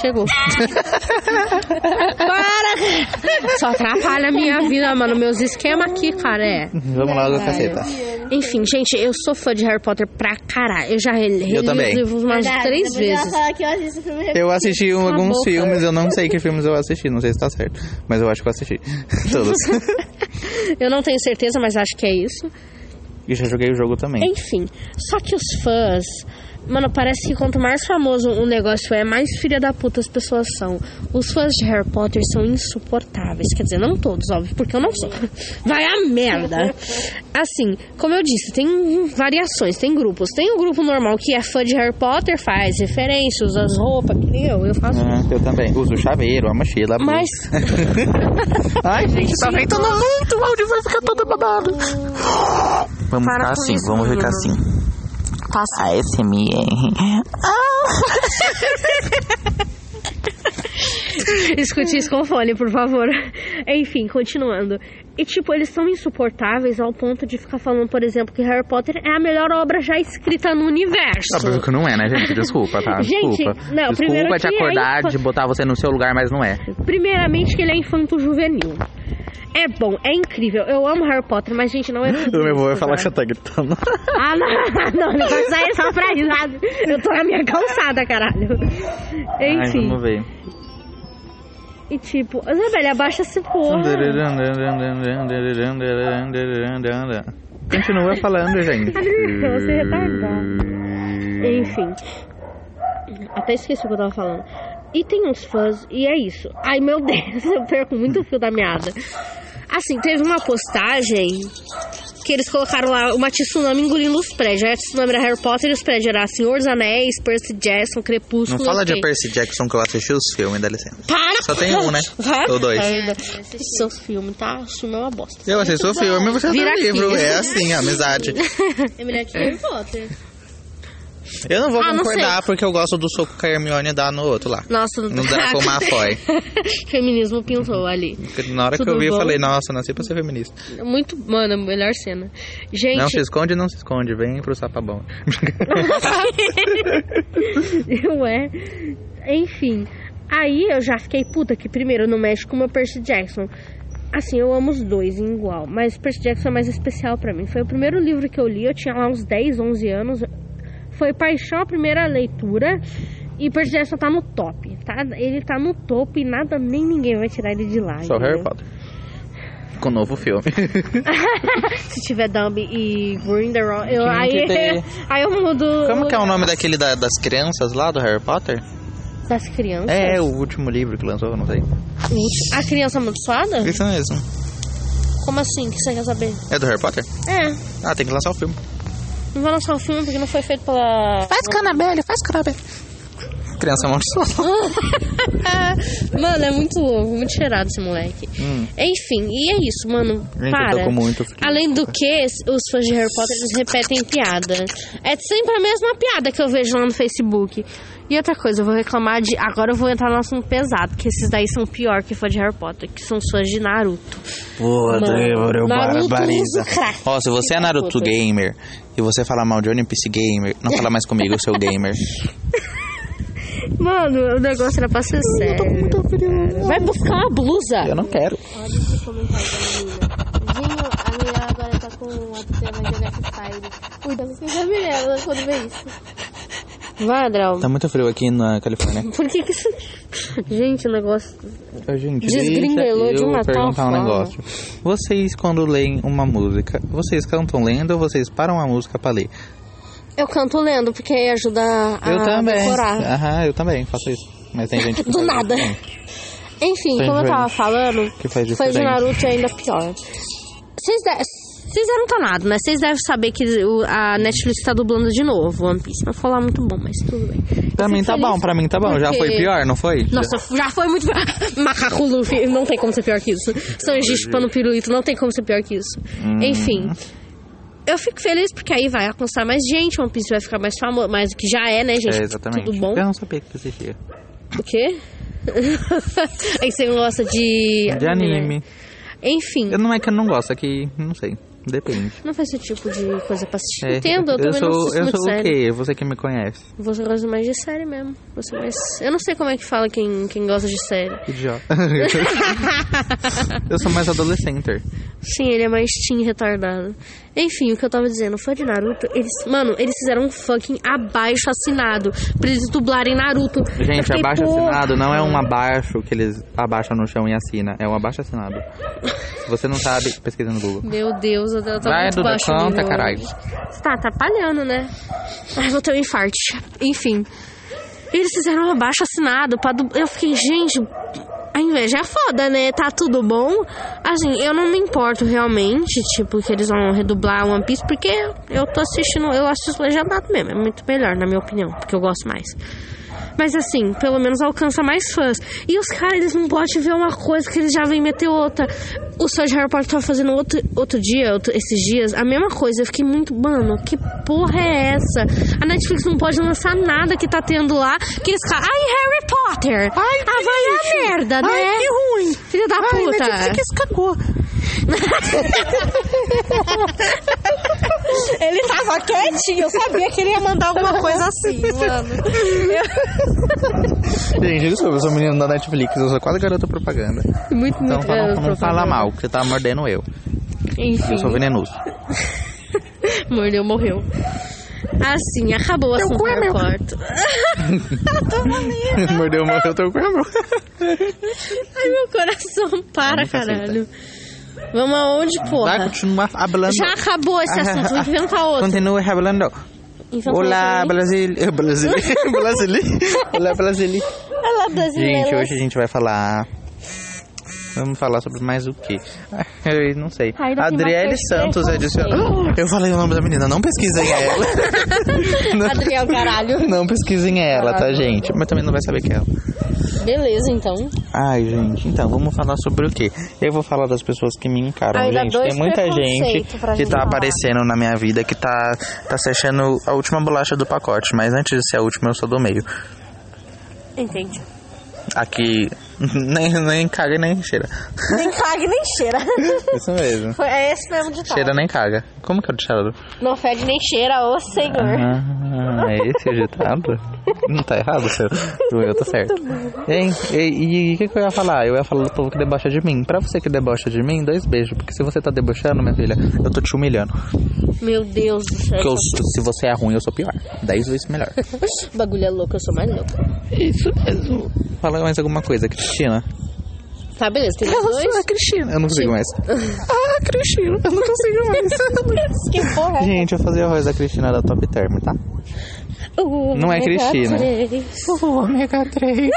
B: Chegou. Para! Só atrapalha a minha vida, mano. Meus esquemas aqui, cara, é.
C: Vamos lá, do caceta.
B: Enfim, gente, eu sou fã de Harry Potter pra caralho. Eu já reli reli os
C: também.
B: livros umas
D: Verdade,
B: três
D: Tá, depois ela
B: vezes.
D: fala que eu assisto o filme
C: Eu assisti um- alguns
B: boca.
C: filmes, eu não sei que filmes eu assisti, não sei se tá certo, mas eu acho que eu assisti todos.
B: Eu não tenho certeza, mas acho que é isso.
C: E já joguei o jogo também.
B: Enfim, só que os fãs Mano, parece que quanto mais famoso um negócio é, mais filha da puta as pessoas são. Os fãs de Harry Potter são insuportáveis. Quer dizer, não todos, óbvio, porque eu não sou. Vai a merda! Assim, como eu disse, tem variações, tem grupos. Tem o grupo normal que é fã de Harry Potter, faz referência, usa as roupas, que nem eu, eu faço.
C: Ah, eu também. Uso o chaveiro, a mochila. a blusa.
B: Mas.
C: Ai, gente, tá
B: Sim.
C: ventando muito. O áudio vai ficar todo babado. Vamos
B: Para
C: ficar
B: com
C: assim,
B: isso,
C: vamos ficar assim. Ah,
B: menino. Passa.
C: ASMR.
B: Escute isso com fone, por favor. Enfim, continuando. E, tipo, eles são insuportáveis ao ponto de ficar falando, por exemplo, que Harry Potter é a melhor obra já escrita no
C: Óbvio
B: universo.
C: que não é, né, gente? Desculpa, tá?
B: Gente,
C: Desculpa.
B: não, primeiro
C: Desculpa
B: que
C: te
B: é
C: acordar,
B: infa-
C: de botar você no seu lugar, mas não é.
B: Primeiramente, que ele é infanto-juvenil. É bom, é incrível. Eu amo Harry Potter, mas, gente, não é.
C: O meu avô vai falar que você tá gritando.
B: Ah, não, não, não vai sair só pra risada. Eu tô na minha calçada, caralho.
C: Ai,
B: Enfim.
C: vamos ver.
B: e, tipo, Isabelle, abaixa esse porra.
C: Continua falando, gente.
B: Você é retardado. Enfim. Até esqueci o que eu tava falando. E tem uns fãs, e é isso. Ai, meu Deus, eu perco muito o fio da meada. Assim, teve uma postagem que eles colocaram lá uma tsunami engolindo os prédios. Aí A tsunami era Harry Potter e os prédios eram Senhor dos Anéis, Percy Jackson,
C: Não
B: Crepúsculo.
C: fala de
B: ok.
C: Percy Jackson que eu assisti os filmes, dá licença.
B: Para!
C: Só tem um, né?
B: Vai.
C: Ou dois.
B: Ainda. Seus filmes, tá? O filme é uma bosta.
C: Eu assisto o filme, você
B: Vira
C: lê o
B: aqui.
C: livro. É assim, a amizade.
D: É melhor que Harry Potter.
C: Eu não vou
B: Ah, não
C: concordar porque eu gosto do soco que a Hermione dá no outro lá.
B: Nossa, tá.
C: Não dá com o Malfoy.
B: Feminismo pintou ali.
C: Porque Na hora que
B: Tudo
C: eu vi, eu
B: bom?
C: falei, nossa, nasci pra ser feminista.
B: Muito, mano, a melhor cena. Gente,
C: Não se esconde, não se esconde. Vem pro sapabão.
B: ué. é? Enfim, aí eu já fiquei puta que primeiro não mexe com o meu Percy Jackson. Assim, eu amo os dois em igual, mas Percy Jackson é mais especial pra mim. Foi o primeiro livro que eu li, eu tinha lá uns 10, 11 anos. Foi paixão a primeira leitura. E Percy Jackson tá no top, tá? Ele tá no topo e nada, nem ninguém vai tirar ele de lá.
C: Só o Harry
B: entendeu?
C: Potter. Com o novo filme.
B: Se tiver Dumb e Grindelwald, eu,
C: Quem
B: aí,
C: que tem?
B: aí eu mudo
C: Como que é o nome daquele da- das crianças lá do Harry Potter?
B: das crianças.
C: É, é o último livro que lançou, eu não sei.
B: A criança amaldiçoada?
C: Isso mesmo.
B: Como assim? O que você quer saber?
C: É do Harry Potter?
B: É,
C: Ah, tem que lançar o filme.
B: não vou lançar o filme porque não foi feito pela.
C: Faz canabelha, faz canabelha. Criança amaldiçoada.
B: mano, é muito louco, muito cheirado esse moleque.
C: Hum.
B: Enfim, e é isso, mano.
C: eu
B: para.
C: tô com muito frio.
B: Além do que, os fãs de Harry Potter eles repetem piada. É sempre a mesma piada que eu vejo lá no Facebook. E outra coisa, eu vou reclamar de. Agora eu vou entrar no assunto pesado, que esses daí são pior que fã de Harry Potter, que são os fãs de Naruto.
C: Pô,
B: Mano,
C: Débora,
B: Naruto
C: barbariza.
B: usa crack.
C: Ó, se você é Naruto
B: Puta.
C: gamer e você falar mal de One Piece gamer, não fala mais comigo, seu gamer.
B: Mano, o negócio era pra ser sério. Vai buscar uma blusa.
C: Eu não quero.
D: Olha esse comentário da menina. Vinho, a menina agora tá com uma evangélica que sai. Cuidado com a Gabriela quando vê isso.
B: Vai, Adral.
C: Tá muito frio aqui na Califórnia.
B: Por que que isso... Gente, o negócio...
C: Ô, Gente,
B: Desgrindelou
C: deixa
B: de uma
C: eu
B: tal
C: perguntar um
B: forma.
C: negócio. Vocês, quando leem uma música, vocês cantam lendo ou vocês param a música pra ler?
B: Eu canto lendo, porque aí ajuda a
C: eu também.
B: Ah, decorar.
C: Aham, eu também faço isso. Mas tem gente que
B: Do
C: faz
B: nada.
C: diferente.
B: Enfim,
C: Tem
B: como eu
C: gente
B: tava falando,
C: que faz
B: foi de
C: diferente.
B: Naruto é ainda pior. Vocês de... Vocês eram danados, né? Vocês devem saber que o- a Netflix tá dublando de novo One Piece. Não foi lá muito bom, mas tudo bem.
C: Pra
B: Eu
C: mim
B: fico
C: tá
B: feliz
C: bom, pra mim tá bom. Já
B: porque-
C: foi pior, não foi?
B: Nossa, já foi muito pior. Macaco Luffy, não tem como ser pior que isso. São Egito, Pano Pirulito, não tem como ser pior que isso.
C: Uhum.
B: Enfim. Eu fico feliz porque aí vai alcançar mais gente, One Piece vai ficar mais famoso, mais do que já é, né, gente?
C: É, exatamente.
B: Tudo bom?
C: Eu não sabia que existia.
B: O quê? aí você gosta de...
C: De anime.
B: Enfim,
C: Eu não é que eu não gosto, é que não sei. Depende.
B: não faz esse tipo de coisa pra assistir.
C: É,
B: Entendo, eu, também
C: sou,
B: não assisto
C: Eu
B: muito
C: sou o
B: sério.
C: quê? Você que me conhece.
B: Você gosta mais de série mesmo. Você mais... Eu não sei como é que fala quem, quem gosta de série.
C: Idiota. eu sou mais adolescente.
B: Sim, ele é mais teen retardado. Enfim, o que eu tava dizendo, fã de Naruto, eles. Mano, eles fizeram um fucking abaixo assinado pra eles dublarem Naruto. Eu
C: Gente,
B: fiquei,
C: abaixo
B: "Pô,
C: assinado não é um abaixo que eles abaixam no chão e assina. É um abaixo assinado. Se você não sabe, pesquisa no Google.
B: Meu Deus, eu tava
C: Vai,
B: muito
C: Duda,
B: baixo
C: canta,
B: nível
C: caralho.
B: hoje. Você tá atrapalhando, né? Ai, vou ter um infarte. Enfim. Eles fizeram um abaixo assinado pra dub- Eu fiquei, gente, a inveja é foda, né? Tá tudo bom? Assim, eu não me importo realmente, tipo, que eles vão redublar One Piece, porque eu tô assistindo, eu assisto legendado mesmo. É muito melhor, na minha opinião, porque eu gosto mais. Mas assim, pelo menos alcança mais fãs. E os caras, eles não podem ver uma coisa que eles já vêm meter outra. O Sr. Harry Potter tava fazendo outro, outro dia, outro- esses dias, a mesma coisa. Eu fiquei muito, mano, que porra é essa? A Netflix não pode lançar nada que tá tendo lá. Que eles caras, ai, Harry Potter! Ai, ah, vai a merda, né? Ai, que ruim! Filha da puta! Netflix cagou. Ele tava quietinho, eu sabia que ele ia mandar alguma coisa assim, mano.
C: Gente, desculpa, eu sou um menino da Netflix, eu sou quase garoto propaganda.
B: Muito,
C: Então
B: muito
C: fala,
B: garoto
C: não fala
B: propaganda.
C: mal, que você tá mordendo eu.
B: Enfim,
C: Eu sou venenoso.
B: mordeu, morreu. Assim, acabou o assunto
C: cu é
B: eu
C: meu.
B: corto.
C: Mordeu o meu, eu tô com a mão.
B: Ai, meu coração, para,
C: Vamos pra
B: caralho. Vamos aonde,
C: Vai
B: porra?
C: continuar falando.
B: Já acabou esse assunto, vou inventar outro. Então
C: Continua falando.
B: Inventa
C: Olá,
B: outro aí.
C: Brasil. eh, Brasil. Brasil. Olá, Brasil.
B: Olá, brasileira.
C: Gente, hoje a gente vai falar. Vamos falar sobre mais o quê? Eu não sei.
B: Ai, daqui
C: Adriele
B: mais três
C: Santos
B: pessoas.
C: adicionou. Eu falei o nome da menina, não pesquisem ela.
B: Adriel, caralho.
C: Não pesquisem ela, tá, gente? Mas também não vai saber que é ela.
B: Beleza, então.
C: Ai, gente, então vamos falar sobre o quê? Eu vou falar das pessoas que me encaram,
B: Ainda
C: gente.
B: dois
C: Tem muita gente
B: preconceito pra
C: que
B: gente
C: tá
B: falar.
C: aparecendo na minha vida que tá, tá se achando a última bolacha do pacote, mas antes de ser a última, eu sou do meio.
B: Entendi.
C: Aqui nem, nem caga e nem cheira.
B: Nem cague, nem cheira.
C: Isso mesmo.
B: Foi- É esse mesmo ditado.
C: Cheira nem caga. Como que é o ditado?
B: Não fede nem cheira, ô senhor. Uhum.
C: Ah, é esse o ditado? Não tá errado, seu. O eu tô certo.
B: Tá
C: Hein? E o que, que eu ia falar? Eu ia falar do povo que debocha de mim. Pra você que debocha de mim, dois beijos. Porque se você tá debochando, minha filha, eu tô te humilhando.
B: Meu Deus do céu.
C: Porque eu sou- se você é ruim, eu sou pior. Dez vezes melhor.
B: O bagulho é louco, eu sou mais louca.
C: Isso mesmo. Fala mais alguma coisa, Cristina.
B: Tá, beleza, tem mais dois?
C: Cristina. Eu não consigo mais. Ah, Cristina, eu não consigo mais.
B: que porra
C: Gente, eu fazia a voz da Cristina da Top Term, tá? Não é Cristina. Ômega 3.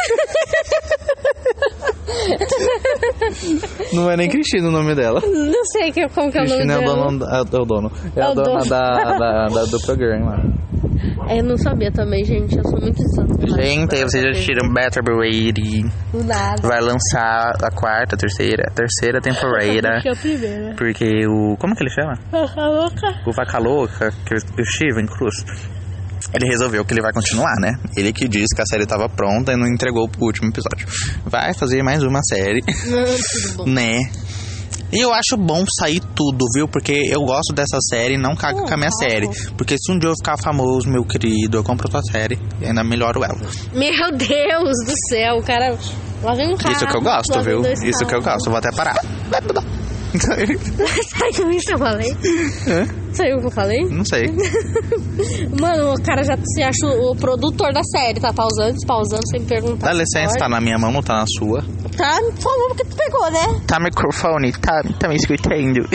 C: Não é nem Cristina o nome dela.
B: Não sei que, como que é o nome
C: Cristina é o
B: dela.
C: dono. É o dono. É
B: É
C: a
B: o
C: dona
B: dono.
C: da, da, da- do programa.
B: É, eu não sabia também, gente. Eu sou muito santa.
C: Gente, aí vocês já assistiram Better Brady.
B: Do nada.
C: Vai lançar a quarta, a terceira, a terceira temporada.
B: Porque é o primeiro.
C: Porque o. Como que ele chama?
B: Tá louca?
C: O Vaca Louca, que o o Steven Cruz. Ele resolveu que ele vai continuar, né? Ele que disse que a série tava pronta e não entregou pro último episódio. Vai fazer mais uma série.
B: Não, tudo bom.
C: Né? E eu acho bom sair tudo, viu? Porque eu gosto dessa série, não caga
B: Hum,
C: com a minha
B: claro.
C: série. Porque se um dia eu ficar famoso, meu querido, eu compro tua série e ainda melhoro ela.
B: Meu Deus do céu, o cara. Lá vem um cara.
C: Isso que eu gosto, viu? Isso que eu gosto, eu vou até parar.
B: Saiu com isso que eu falei? Saiu o que eu falei?
C: não sei.
B: Mano, o cara já se acha o produtor da série. Tá pausando, pausando, sem perguntar.
C: Dá licença, tá na minha mão, não tá na sua.
B: Tá falando que tu pegou, né?
C: Tá microfone, tá, tá me escutando.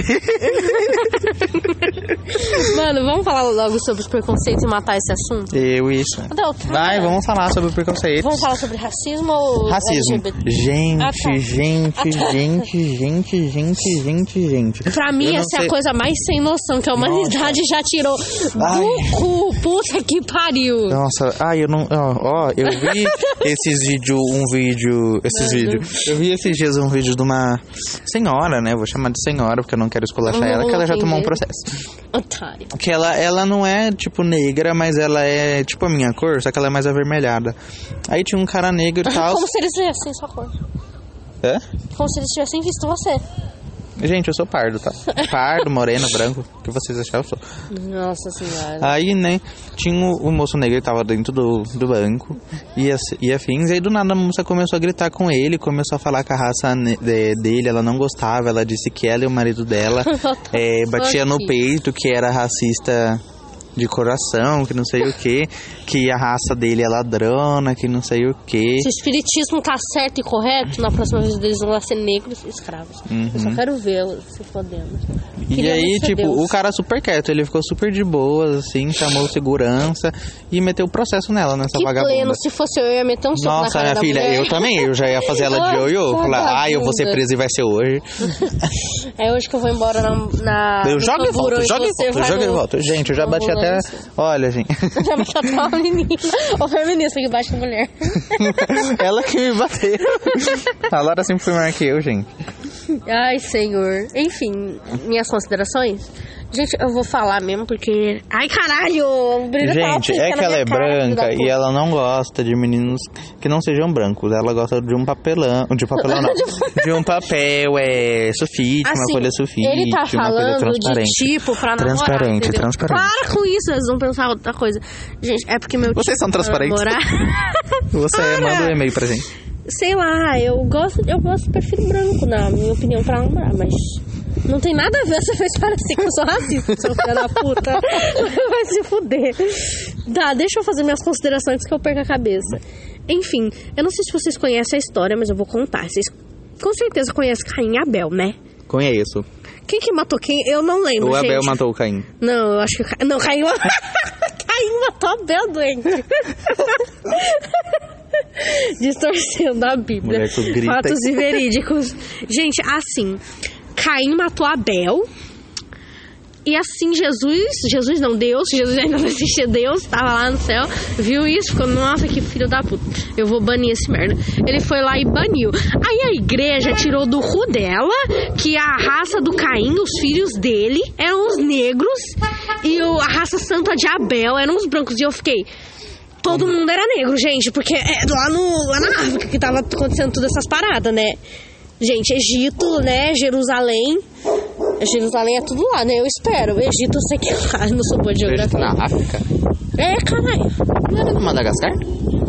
B: Mano, vamos falar logo sobre os preconceitos e matar esse assunto?
C: eu isso.
B: Não,
C: Vai, vamos falar sobre preconceito.
B: Vamos falar sobre racismo ou
C: Racismo.
B: LGBT?
C: Gente,
B: Ah, tá.
C: gente, gente, gente, gente, gente, gente.
B: Pra mim,
C: Eu não
B: essa é
C: sei-
B: a coisa mais sem noção que a humanidade já tirou
C: Ai.
B: do cu. Puta que pariu.
C: Nossa, ai, eu não. Ó, ó, eu vi esses vídeos, um vídeo. Esses
B: Mano.
C: vídeos. Eu vi esses dias um vídeo de uma senhora, né? Vou chamar de senhora, porque eu não quero esculachar
B: Não
C: ela, que ela já
B: ofender.
C: tomou um processo.
B: Otário.
C: Que ela, ela não é, tipo, negra, mas ela é, tipo, a minha cor, só que ela é mais avermelhada. Aí tinha um cara negro e tal.
B: Como se eles tivessem sua cor.
C: É?
B: Como se eles tivessem visto você.
C: Gente, eu sou pardo, tá? Pardo, moreno, branco, o que vocês acharam, eu sou.
B: Nossa senhora.
C: Aí, né, tinha o, o moço negro que tava dentro do, do banco e, as- e afins. E aí, do nada, a moça começou a gritar com ele, começou a falar que a raça ne- de- dele, ela não gostava. Ela disse que ela e o marido dela eh, batia no
B: fuck?
C: peito, que era racista de coração, que não sei o que, que a raça dele é ladrona, que não sei o que.
B: Se o espiritismo tá certo e correto, na próxima vez eles vão lá ser negros e escravos. Eu
C: Uhum.
B: só quero vê-los se podemos.
C: E aí, tipo, o
B: Deus.
C: cara super quieto, ele ficou super de boa, assim, chamou segurança e meteu o processo nela, nessa
B: Que
C: vagabunda.
B: pleno, se fosse eu, eu ia meter um soco na
C: Nossa,
B: cara
C: minha
B: da
C: filha,
B: mulher.
C: eu também. Eu já ia fazer ela de
B: Nossa,
C: ioiô. Falar, ah, eu vou ser
B: vagabunda.
C: preso e vai ser hoje.
B: É hoje que eu vou embora na. na
C: eu
B: no
C: jogo e
B: Toguro,
C: volto,
B: e
C: jogo e
B: você
C: volto,
B: vai
C: jogo e
B: no-
C: volto. Gente, eu já
B: na
C: bati até.
B: ambulância.
C: Olha, gente.
B: Já bati até uma menina. Ou feminista que bate na mulher.
C: ela que me bateu. A Lara sempre foi maior que eu, gente.
B: Ai, senhor. Enfim, minhas considerações. Gente, eu vou falar mesmo porque. Ai, caralho! o brilho tá alto,
C: Gente, é
B: fica na
C: que ela
B: minha cara,
C: é
B: filho da
C: branca e
B: puta.
C: ela não gosta de meninos que não sejam brancos. Ela gosta de um papelão. De um papelão, não. de um papel, é. Sulfite, uma folha sulfite.
B: Assim, ele tá
C: uma coisa
B: falando de
C: transparente.
B: tipo pra namorar.
C: Transparente,
B: entendeu?
C: transparente.
B: Para com isso, eles vão pensar outra coisa. Gente, é porque meu
C: Vocês
B: tipo
C: são
B: pra
C: transparentes?
B: namorar-
C: Você
B: Para!
C: manda um e-mail pra gente.
B: Sei lá, eu gosto, eu gosto do perfil branco, na minha opinião, pra namorar, mas. Não tem nada a ver, você fez parecer que eu sou racista, seu filho da puta. Vai se fuder. Tá, deixa eu fazer minhas considerações antes que eu perca a cabeça. Enfim, eu não sei se vocês conhecem a história, mas eu vou contar. Vocês com certeza conhecem Caim e Abel, né?
C: Conheço.
B: Quem que matou quem? Eu não lembro,
C: O Abel
B: gente.
C: matou o Caim.
B: Não, eu acho que. o Ca- Não, caiu. caiu matou Abel doente. Distorcendo a Bíblia.
C: Mulher, tu grita
B: Fatos e verídicos. Gente, assim. Caim matou Abel. E assim Jesus, Jesus não, Deus, Jesus ainda não existia, Deus tava lá no céu, viu isso, ficou, nossa, que filho da puta, eu vou banir esse merda. Ele foi lá e baniu. Aí a igreja tirou do cu dela que a raça do Caim, os filhos dele, eram os negros e o- a raça santa de Abel eram os brancos. E eu fiquei. Todo
C: Uhum.
B: mundo era negro, gente, porque é lá, no, lá na África que tava acontecendo todas essas paradas, né? Gente, Egito, né? Jerusalém. Jerusalém é tudo lá, né? Eu espero. Egito, eu sei que é lá, não sou boa de geografia.
C: Na África? é
B: É, caralho.
C: No Madagascar?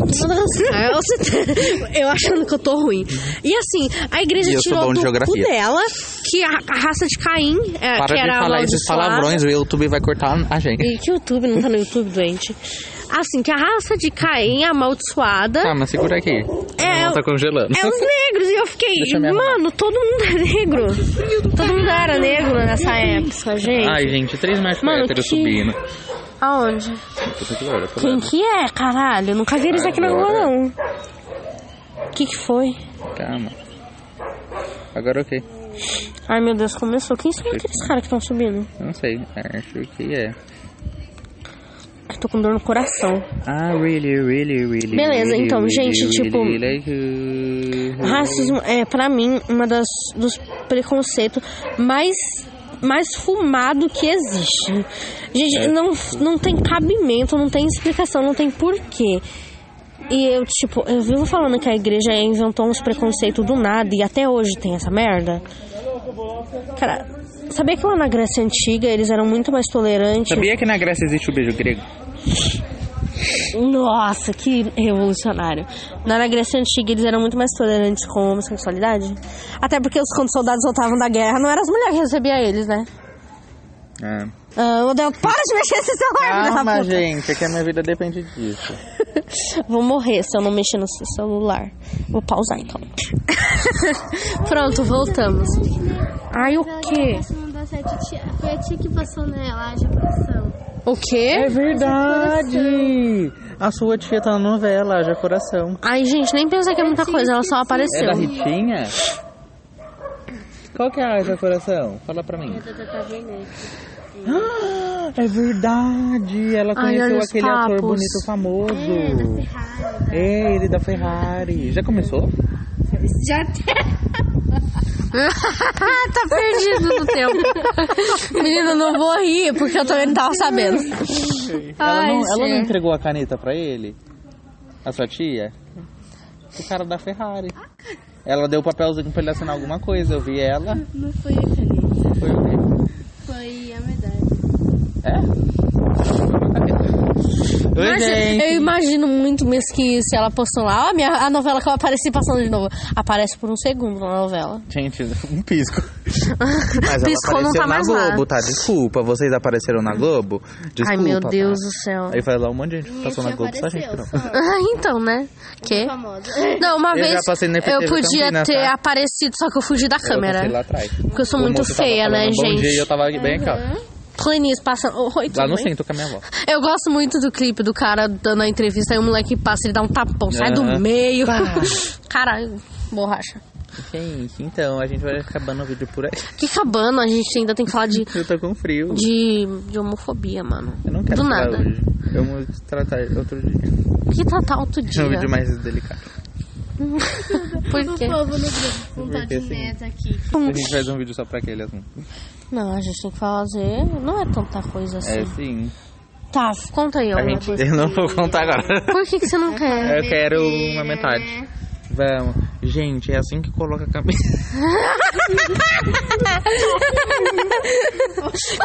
B: Nossa,
C: É,
B: eu citei- eu achando que eu tô ruim. E assim, a igreja
C: tá- Uhum. E eu sou
B: tirou
C: bom
B: do
C: de
B: cu
C: geografia.
B: dela que a, a raça de Caim, é,
C: Para
B: que
C: de
B: era
C: falar esses
B: amaldiçoada.
C: palavrões, o YouTube vai cortar a gente.
B: E que YouTube, não tá no YouTube, doente. Assim, que a raça de Caim é amaldiçoada
C: Tá, mas segura aqui.
B: É,
C: Ela
B: eu-
C: tá congelando.
B: é os negros. E eu fiquei,
C: Deixa eu me arrumar.
B: mano, todo mundo é negro. Todo mundo era negro nessa época, gente.
C: Ai, gente, três metros pra
B: Mano,
C: hétero
B: que-
C: subindo.
B: Aonde?
C: Puta que pariu, eu tô
B: Quem
C: lendo.
B: que é, caralho? Eu nunca vi eles aqui na rua, não. O que que foi?
C: Calma. Agora ok.
B: Ai, meu Deus, começou. Quem são aqueles caras que estão subindo?
C: Eu Não sei. Acho que é.
B: Eu tô com dor no coração.
C: Ah, really, really, really.
B: Beleza,
C: really,
B: então, gente, tipo-
C: like, uh,
B: Racismo é, pra mim, uma das dos preconceitos mais mais fumado que existe. Gente, não, não tem cabimento, não tem explicação, não tem porquê. E eu, tipo, eu vivo falando que a igreja inventou uns preconceitos do nada e até hoje tem essa merda. Cara, sabia que lá na Grécia Antiga eles eram muito mais tolerantes?
C: Sabia que na Grécia existe o beijo grego?
B: Nossa, que revolucionário. Na na Grécia Antiga eles eram muito mais tolerantes com a homossexualidade. Até porque os, quando os soldados voltavam da guerra, não eram as mulheres que recebiam eles, né?
C: Ah.
B: Ah, meu Deus, para de mexer nesse celular, filha da
C: Calma,
B: Ah, puta.
C: gente, é que a minha vida depende disso.
B: Vou morrer se eu não mexer no celular. Vou pausar então. Pronto, voltamos. Ai, o quê?
D: Essa não dá certo, tia. Foi a tia que passou nela a produção.
B: O quê?
C: É verdade! A sua tia tá na novela, já coração.
B: Ai, gente, nem pensa que é muita coisa, ela só
C: É da
B: apareceu.
C: Ritinha? Qual que é a Haja Coração? Fala pra mim. Ah, É verdade! Ela
B: Ai, olha
C: conheceu
B: os
C: aquele ator
B: papos.
C: bonito famoso. É, ele da Ferrari. Já começou?
D: Já tem.
B: tá perdido no tempo. Menina, não vou rir, porque eu também não tava sabendo.
C: ela,
B: Ai,
C: não, ela não
B: gente.
C: entregou a caneta pra ele? A sua tia? O cara da Ferrari. Ela deu o papelzinho pra ele assinar alguma coisa, eu vi ela.
D: Não foi a caneta,
C: Foi o quê?
D: foi a medalha.
C: É? Oi,
B: Mas
C: gente.
B: eu imagino muito mesmo que se ela postou lá, ó, a, minha, a novela que eu apareci passando de novo. Aparece por um segundo na novela.
C: Gente, um pisco. Mas ela
B: Piscou, não
C: apareceu
B: tá
C: na
B: mais lá.
C: Globo, tá? Desculpa, vocês apareceram na Globo? Desculpa.
B: Ai, meu Deus
C: tá?
B: do céu.
C: Aí vai lá um monte de gente que
D: Minha
C: passou na
D: tia
C: Globo, só gente que
D: apareceu,
C: não.
D: só.
B: Ah, então, né? Que?
D: Famosa.
B: Não, uma
C: Eu já
B: vez
C: passei na
B: eu
C: FTV
B: podia
C: Campinas,
B: ter
C: tá?
B: aparecido, só que eu fugi da
C: Eu passei lá
B: câmera.
C: atrás.
B: Porque eu sou
C: O
B: muito
C: moço tava
B: feia, né,
C: falando Bom dia, e
B: gente?
C: eu tava bem aqui, ó.
B: Clenis passando. Oi, tudo
C: Lá no
B: bem?
C: centro com a minha avó.
B: Eu gosto muito do clipe do cara dando a entrevista, aí o moleque passa, ele dá um tapão, sai do
C: Aham.
B: meio. Caralho, borracha.
C: Gente, então, a gente vai acabando o vídeo por aí.
B: Que cabana, a gente ainda tem que falar de,
C: Eu tô com frio.
B: de, de homofobia, mano.
C: Eu não quero
B: do
C: falar
B: nada.
C: hoje. Vamos tratar outro dia.
B: Que tratar tá outro
C: É
B: dia.
C: um vídeo mais delicado.
B: Por
D: O
B: quê?
D: povo no grupo com vontade
C: assim-
D: de neta aqui.
C: A gente faz um vídeo só pra aquele assunto.
B: Não, a gente tem que fazer. Não é tanta coisa assim.
C: É sim.
B: Tá, conta aí,
C: A
B: Laura.
C: gente... É. Eu não vou contar agora.
B: Por que, que você não quer?
C: Então, Eu quero uma metade. Vamos. Gente, é assim que coloca a camisa.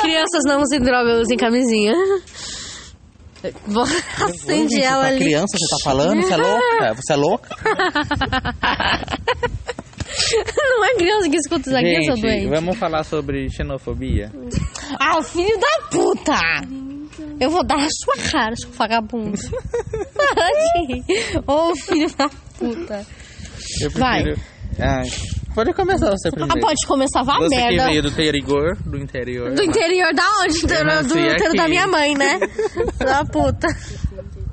B: Crianças não usem droga, usem camisinha. Vou- Acende ela ali.
C: criança, você tá falando? Você é louca? Você é louca?
B: Não é criança que escuta isso aqui, eu sou
C: Gente,
B: doente.
C: vamos falar sobre xenofobia?
B: Ah, filho da puta! Eu vou dar na sua cara, seu vagabundo. Ô, filho da puta.
C: Eu
B: Vai.
C: prefiro... Ai, Pode começar você
B: Ah,
C: primeiro.
B: pode começar, vá a
C: você que veio
B: merda.
C: do interior, do interior.
B: Do interior da onde?
C: Eu
B: Do, do
C: nasci
B: útero
C: aqui.
B: da minha mãe, né? Da puta.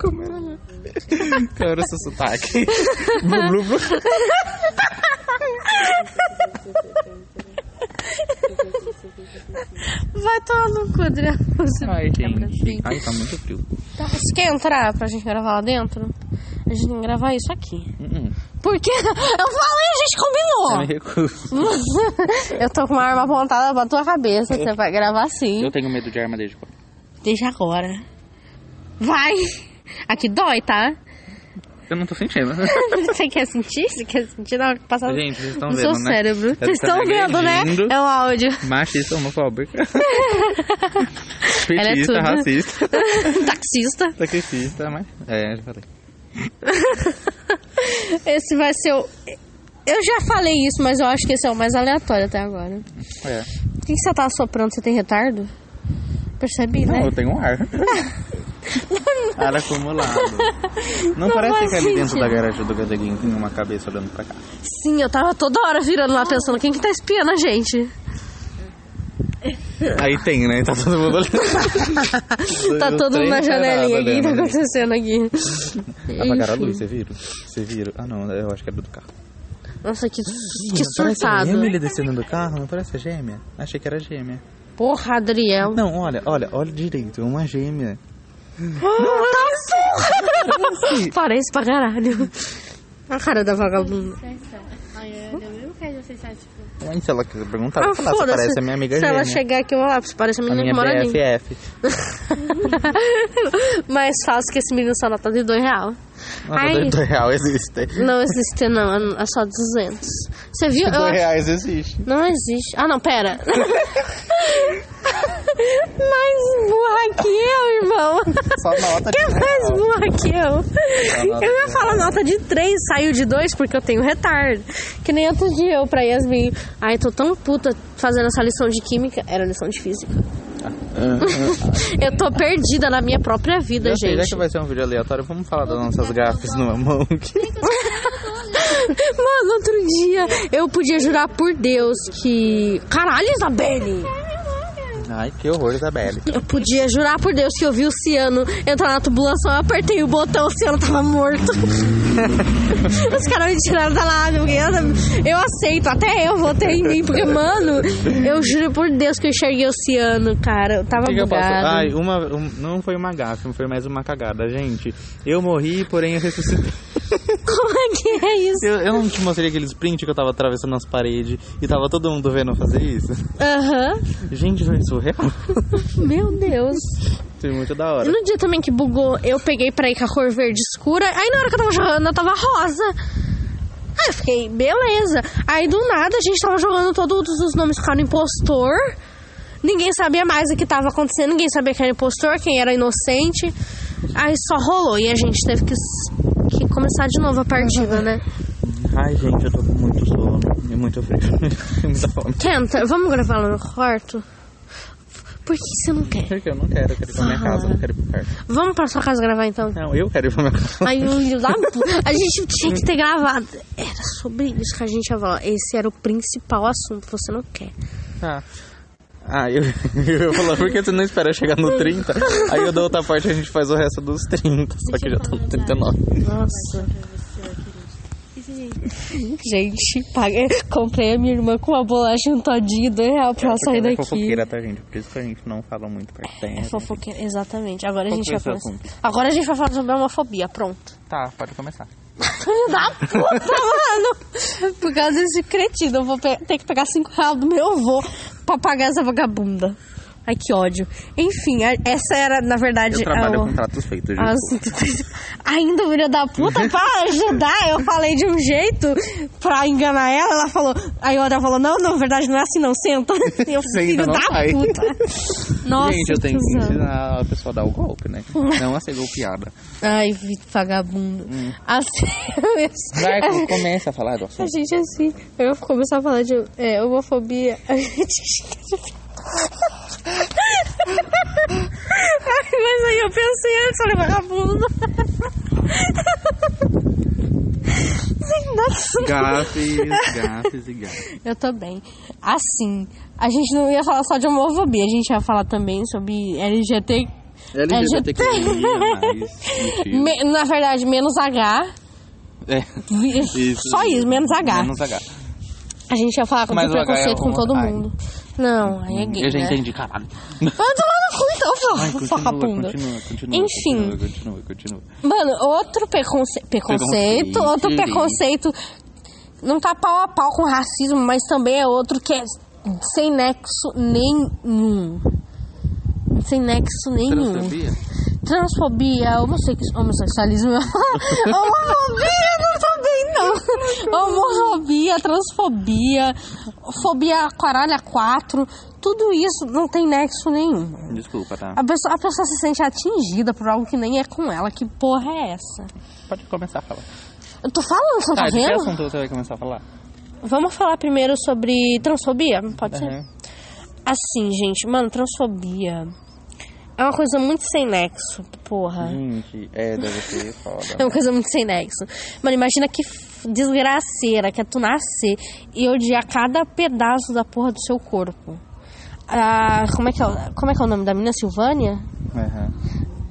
C: Como era? Qual era o seu sotaque? Blu, blu, blu.
B: Vai tomar no cu, Adriano. Você
C: Ai,
B: quebra assim.
C: gente. Ai, tá muito frio.
B: Tá, Você quer entrar pra gente gravar lá dentro? A gente tem que gravar isso aqui.
C: Hum, hum.
B: Porque eu falei, a
C: Eu me
B: gente
C: recuso.
B: combinou. eu tô com uma arma apontada pra tua cabeça. Você vai gravar sim.
C: Eu tenho medo de arma desde quando?
B: Desde agora. Vai! Aqui dói, tá?
C: Eu não tô sentindo.
B: Você quer sentir? Você quer sentir na hora que passar
C: Gente, vocês estão
B: no
C: vendo,
B: seu
C: né?
B: cérebro?
C: Eu tô
B: Vocês estão vendo, né?
C: agredindo.
B: É o áudio.
C: Machista, homofóbica.
B: Ela é
C: Petista,
B: tudo.
C: racista,
B: Taxista.
C: taxista, mas... É, já falei.
B: Esse vai ser o. Eu já falei isso, mas eu acho que esse é o mais aleatório até agora.
C: É.
B: Por que que você tá assoprando? Você tem retardo? Percebi,
C: Não,
B: né?
C: eu tenho um ar. ar acumulado. Não, parece
B: faz
C: que ali dentro
B: sentido.
C: da garagem do Gazeguinho tem uma cabeça olhando pra cá.
B: Sim, eu tava toda hora virando lá pensando quem que tá espiando a gente.
C: Aí tem, né? Tá todo mundo olhando.
B: É.
C: né,
B: Tá todo mundo na janelinha. O que que tá acontecendo aqui?
C: Apagaram a
B: Enfim.
C: luz, você viram? Você viram? Ah, não, eu acho que era do carro.
B: Nossa, que, que
C: Não, parece a
B: surtado.
C: gêmea ele descendo do carro? Não parece a gêmea? Achei que era gêmea.
B: Porra, Adriel.
C: Não, olha, olha, olha direito, é uma gêmea.
B: Ah, tá Parece pra caralho. A cara da vagabunda.
D: Ai, eu mesmo quero vocês estar tipo.
C: Ai, É, se ela quiser perguntar, eu
B: Ah,
C: vou falar, você
B: foda-se.
C: parece a minha amiga
B: Se
C: gêmea.
B: ela chegar aqui, eu vou lá. Você parece a
C: A
B: menina
C: minha
B: que mora ali.
C: BFF.
B: Mais fácil que esse menino só nota de dois real.
C: Nossa,
B: Ai.
C: dois- dois real existe.
B: Não existe, não. É só 200. Você viu? Eu
C: Dois
B: acho-
C: reais existe.
B: Não existe. Ah, não, pera. mais burra que eu, irmão.
C: Só nota de
B: Quem é
C: dois
B: mais
C: real.
B: burra que eu?
C: nota
B: Eu ia
C: de
B: falar nota de 3, saiu de 2 porque eu tenho retardo. Que nem outro dia eu pra Yasmin. Ai, tô tão puta fazendo essa lição de química. Era lição de física. Eu tô perdida na minha própria vida,
C: Eu sei, já
B: gente.
C: que vai ser um vídeo aleatório, vamos falar das nossas gafes no Among.
B: Mano, outro dia eu podia jurar por Deus que. Caralho, Isabelle!
C: Ai, que horror, Isabelle.
B: Eu podia jurar por Deus que eu vi o Ciano entrar na tubulação, eu apertei o botão, o Ciano tava morto. Os caras me tiraram da lábio, porque eu- eu aceito, até eu votei em mim, porque, mano, eu juro por Deus que eu enxerguei o Ciano, cara. Eu tava
C: O que, que eu posso?
B: bugado.
C: Ai, uma, um- não foi uma gafe, foi mais uma cagada, gente. Eu morri, porém eu ressuscitei.
B: Como é que é isso?
C: Eu, eu não te mostrei aqueles prints que eu tava atravessando as paredes e tava todo mundo vendo eu fazer isso?
B: Aham.
C: Gente, foi surreal.
B: Meu Deus.
C: Foi muito da hora.
B: E no dia também que bugou, eu peguei pra ir com a cor verde escura, aí na hora que eu tava jogando, eu tava rosa. Aí eu fiquei, beleza. Aí do nada a gente tava jogando todos os nomes ficaram impostor. Ninguém sabia mais o que tava acontecendo, ninguém sabia quem era impostor, quem era inocente. Aí só rolou e a gente teve que, s- que começar de novo a partida, né?
C: Ai, gente, eu tô com muito sono e muito frio. E muita fome.
B: Tenta, vamos gravar lá no quarto? Por que você não quer?
C: Porque eu não quero, eu quero ir pra minha casa, eu não quero ir pro quarto.
B: Vamos pra sua casa gravar então?
C: Não, eu quero ir pra minha casa.
B: Aí o filho da ah, puta. A gente tinha que ter gravado. Era sobre isso que a gente ia falar. Esse era o principal assunto. Você não quer.
C: Ah. Ah, eu, eu ia falar, por que você não espera chegar no 30? Aí eu dou outra parte e a gente faz o resto dos 30, só que eu já tô no 39.
B: Nossa. Gente, paga. comprei a minha irmã com uma bolacha e um todinho de dois reais pra ela sair
C: Ela é
B: daqui.
C: fofoqueira, tá, gente? Por isso que a gente não fala muito perto.
B: É fofoqueira, exatamente. Agora a
C: Qual
B: gente
C: foi
B: vai
C: o seu
B: falar. Agora a gente vai falar sobre a homofobia, pronto.
C: Tá, pode começar.
B: Filho da puta, mano! Por causa desse cretino, eu vou pe- ter que pegar cinco reais do meu avô pra pagar essa vagabunda. Ai, que ódio. Enfim, a- essa era, na verdade,
C: Eu trabalho
B: a,
C: com tratos feitos, gente.
B: Assunto principal. Ainda o filho da puta pra ajudar. Eu falei de um jeito pra enganar ela. Ela falou. Aí o Adel falou: Não, não, na verdade não é assim, não. Senta. Eu,
C: Senta,
B: filho
C: não
B: da
C: vai.
B: puta. Nossa,
C: gente, eu tenho que
B: cuzão.
C: ensinar a pessoa a dar o golpe, né? Não a ser golpeada.
B: Ai, vi- vagabundo.
C: Hum.
B: Assim, eu-
C: Marco, começa a falar do assunto.
D: A gente assim, eu vou começar a falar de é, homofobia. A gente.
B: Ai, mas aí eu pensei antes, olha, vagabundo. Nossa.
C: Gafes, gafes e gafes.
B: Eu também. Assim, a gente não ia falar só de homofobia, a gente ia falar também sobre LGT.
C: LGBTQIA+,
B: Me- na verdade, menos H.
C: É,
B: Só isso, menos H.
C: Menos H.
B: A gente ia falar contra
C: Mas
B: o
C: o H é
B: preconceito com
C: homo-
B: todo
C: ai.
B: mundo. Não, aí é gay.
C: Hum, Eu já
B: né?
C: entendi, caralho.
B: Vai tomar no cu então, porra,
C: Ai,
B: porra
C: continua,
B: bunda.
C: continua, continua.
B: né? Enfim.
C: Continua, continua, continua.
B: Mano, outro preconce... preconceito,
C: Preconceito.
B: outro preconceito não tá pau a pau com racismo, mas também é outro que é sem nexo nenhum. Sem nexo nenhum.
C: Transfobia?
B: Transfobia, homossex- homossexualismo. é homofobia, não também não. Homofobia, transfobia, fobia quaralha 4. Tudo isso não tem nexo nenhum.
C: Desculpa, tá?
B: A pessoa, a pessoa se sente atingida por algo que nem é com ela. Que porra é essa?
C: Pode começar a falar.
B: Eu tô falando, você não tá,
C: Tá, de que
B: vendo?
C: assunto você vai começar a falar?
B: Vamos falar primeiro sobre transfobia? Pode ser?
C: Aham.
B: Assim, gente, mano, transfobia é uma coisa muito sem nexo, porra.
C: Gente, é, deve ser foda.
B: É uma coisa muito sem nexo. Mano, imagina que f- desgraceira que é tu nascer e odiar cada pedaço da porra do seu corpo. Ah, como, é que é, o- como é que é o nome da menina? Silvânia?
C: Aham.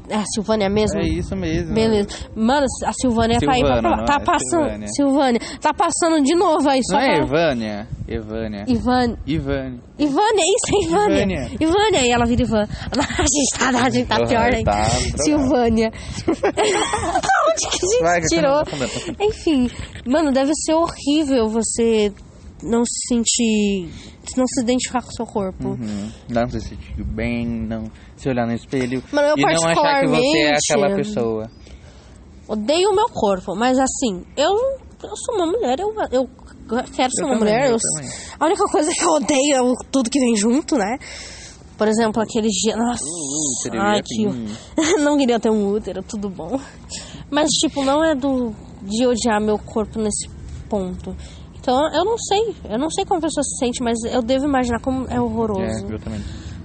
B: É a Silvânia mesmo?
C: É isso mesmo.
B: Beleza. Mano, a Silvânia tá aí pra-
C: Silvana, não
B: tá
C: é?
B: passando.
C: Silvânia.
B: Silvânia. Tá passando de novo aí, só
C: Não é
B: pra-
C: Evânia? Evânia.
B: Ivan.
C: Ivane.
B: Ivânia, isso é Ivânia. Ivânia.
C: Ivânia.
B: e ela vira Ivan. A gente tá, a gente tá
C: Porra,
B: pior, hein?
C: tá drogado.
B: Silvânia. Onde que a gente
C: Vai, que você
B: tirou?
C: não tá falando.
B: Enfim, mano, deve ser horrível você não se sentir. Não se identificar com o seu corpo.
C: Uhum. Não se sentir bem, não se olhar no espelho
B: Mano, eu
C: e não achar que você é
B: particularmente-
C: aquela pessoa.
B: Odeio o meu corpo, mas assim, eu, eu sou uma mulher, eu, eu quero ser
C: Eu
B: uma
C: também,
B: mulher.
C: eu
B: eu-
C: também.
B: a única coisa que eu odeio é o- tudo que vem junto, né? Por exemplo, aquele dia. Nossa,
C: Uh, útero,
B: ai,
C: ia
B: que-
C: bem.
B: Não queria ter um útero, tudo bom. Mas, tipo, não é do de odiar meu corpo nesse ponto. Então, eu não sei. Eu não sei como a pessoa se sente, mas eu devo imaginar como é horroroso.
C: É, eu também.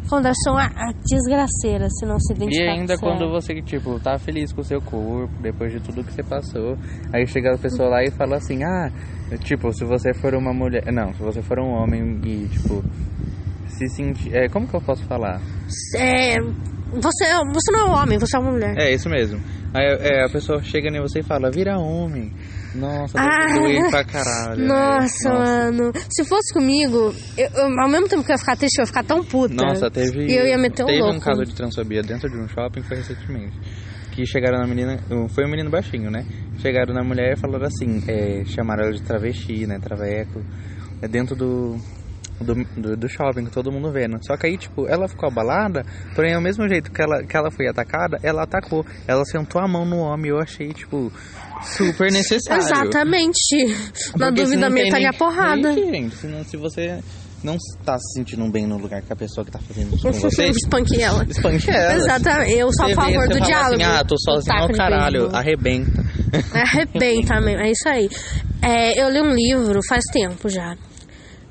B: Quando deve ser uma a desgraceira se não se
C: E
B: identificar. com
C: ainda
B: isso,
C: quando
B: é.
C: você, tipo, tá feliz com o seu corpo, depois de tudo que você passou, aí chega a pessoa lá e fala assim, ah, tipo, se você for uma mulher. Não, se você for um homem e, tipo, se sentir. É, como que eu posso falar?
B: É, você, é- você não é um homem, você é uma mulher.
C: É, isso mesmo. Aí é, a pessoa chega em você e fala, vira homem. Nossa, deve
B: Ah.
C: doer pra caralho. né?
B: Nossa,
C: Nossa.
B: mano. Se fosse comigo, eu- eu- ao mesmo tempo que eu ia ficar triste, eu ia ficar tão puta.
C: Nossa, teve.
B: E eu ia meter um
C: Teve
B: louco.
C: um caso de transfobia dentro de um shopping, foi recentemente. Que chegaram na menina. Foi um menino baixinho, né? Chegaram na mulher e falaram assim: é, chamaram ela de travesti, né? Traveco. É dentro do. do, do, do shopping, com todo mundo vendo. Só que aí, tipo, ela ficou abalada, porém, ao mesmo jeito que ela, que ela foi atacada, ela atacou. Ela sentou a mão no homem, eu achei, tipo, super necessário.
B: Exatamente. Na
C: Porque se
B: dúvida,
C: não tem
B: meta-lhe a
C: nem-
B: porrada.
C: nem que, gente, senão se você não está se sentindo bem no lugar que a pessoa que tá fazendo isso com você,
B: Espanque ela.
C: espanque ela.
B: Exatamente. Eu sou a
C: Você vê,
B: favor
C: você
B: do
C: fala
B: diálogo. Tá,
C: Assim, ah, tô sozinho,
B: Taco
C: ó,
B: de
C: caralho,
B: beisebol.
C: arrebenta.
B: Arrebenta mesmo, é isso aí. É, eu li um livro faz tempo já.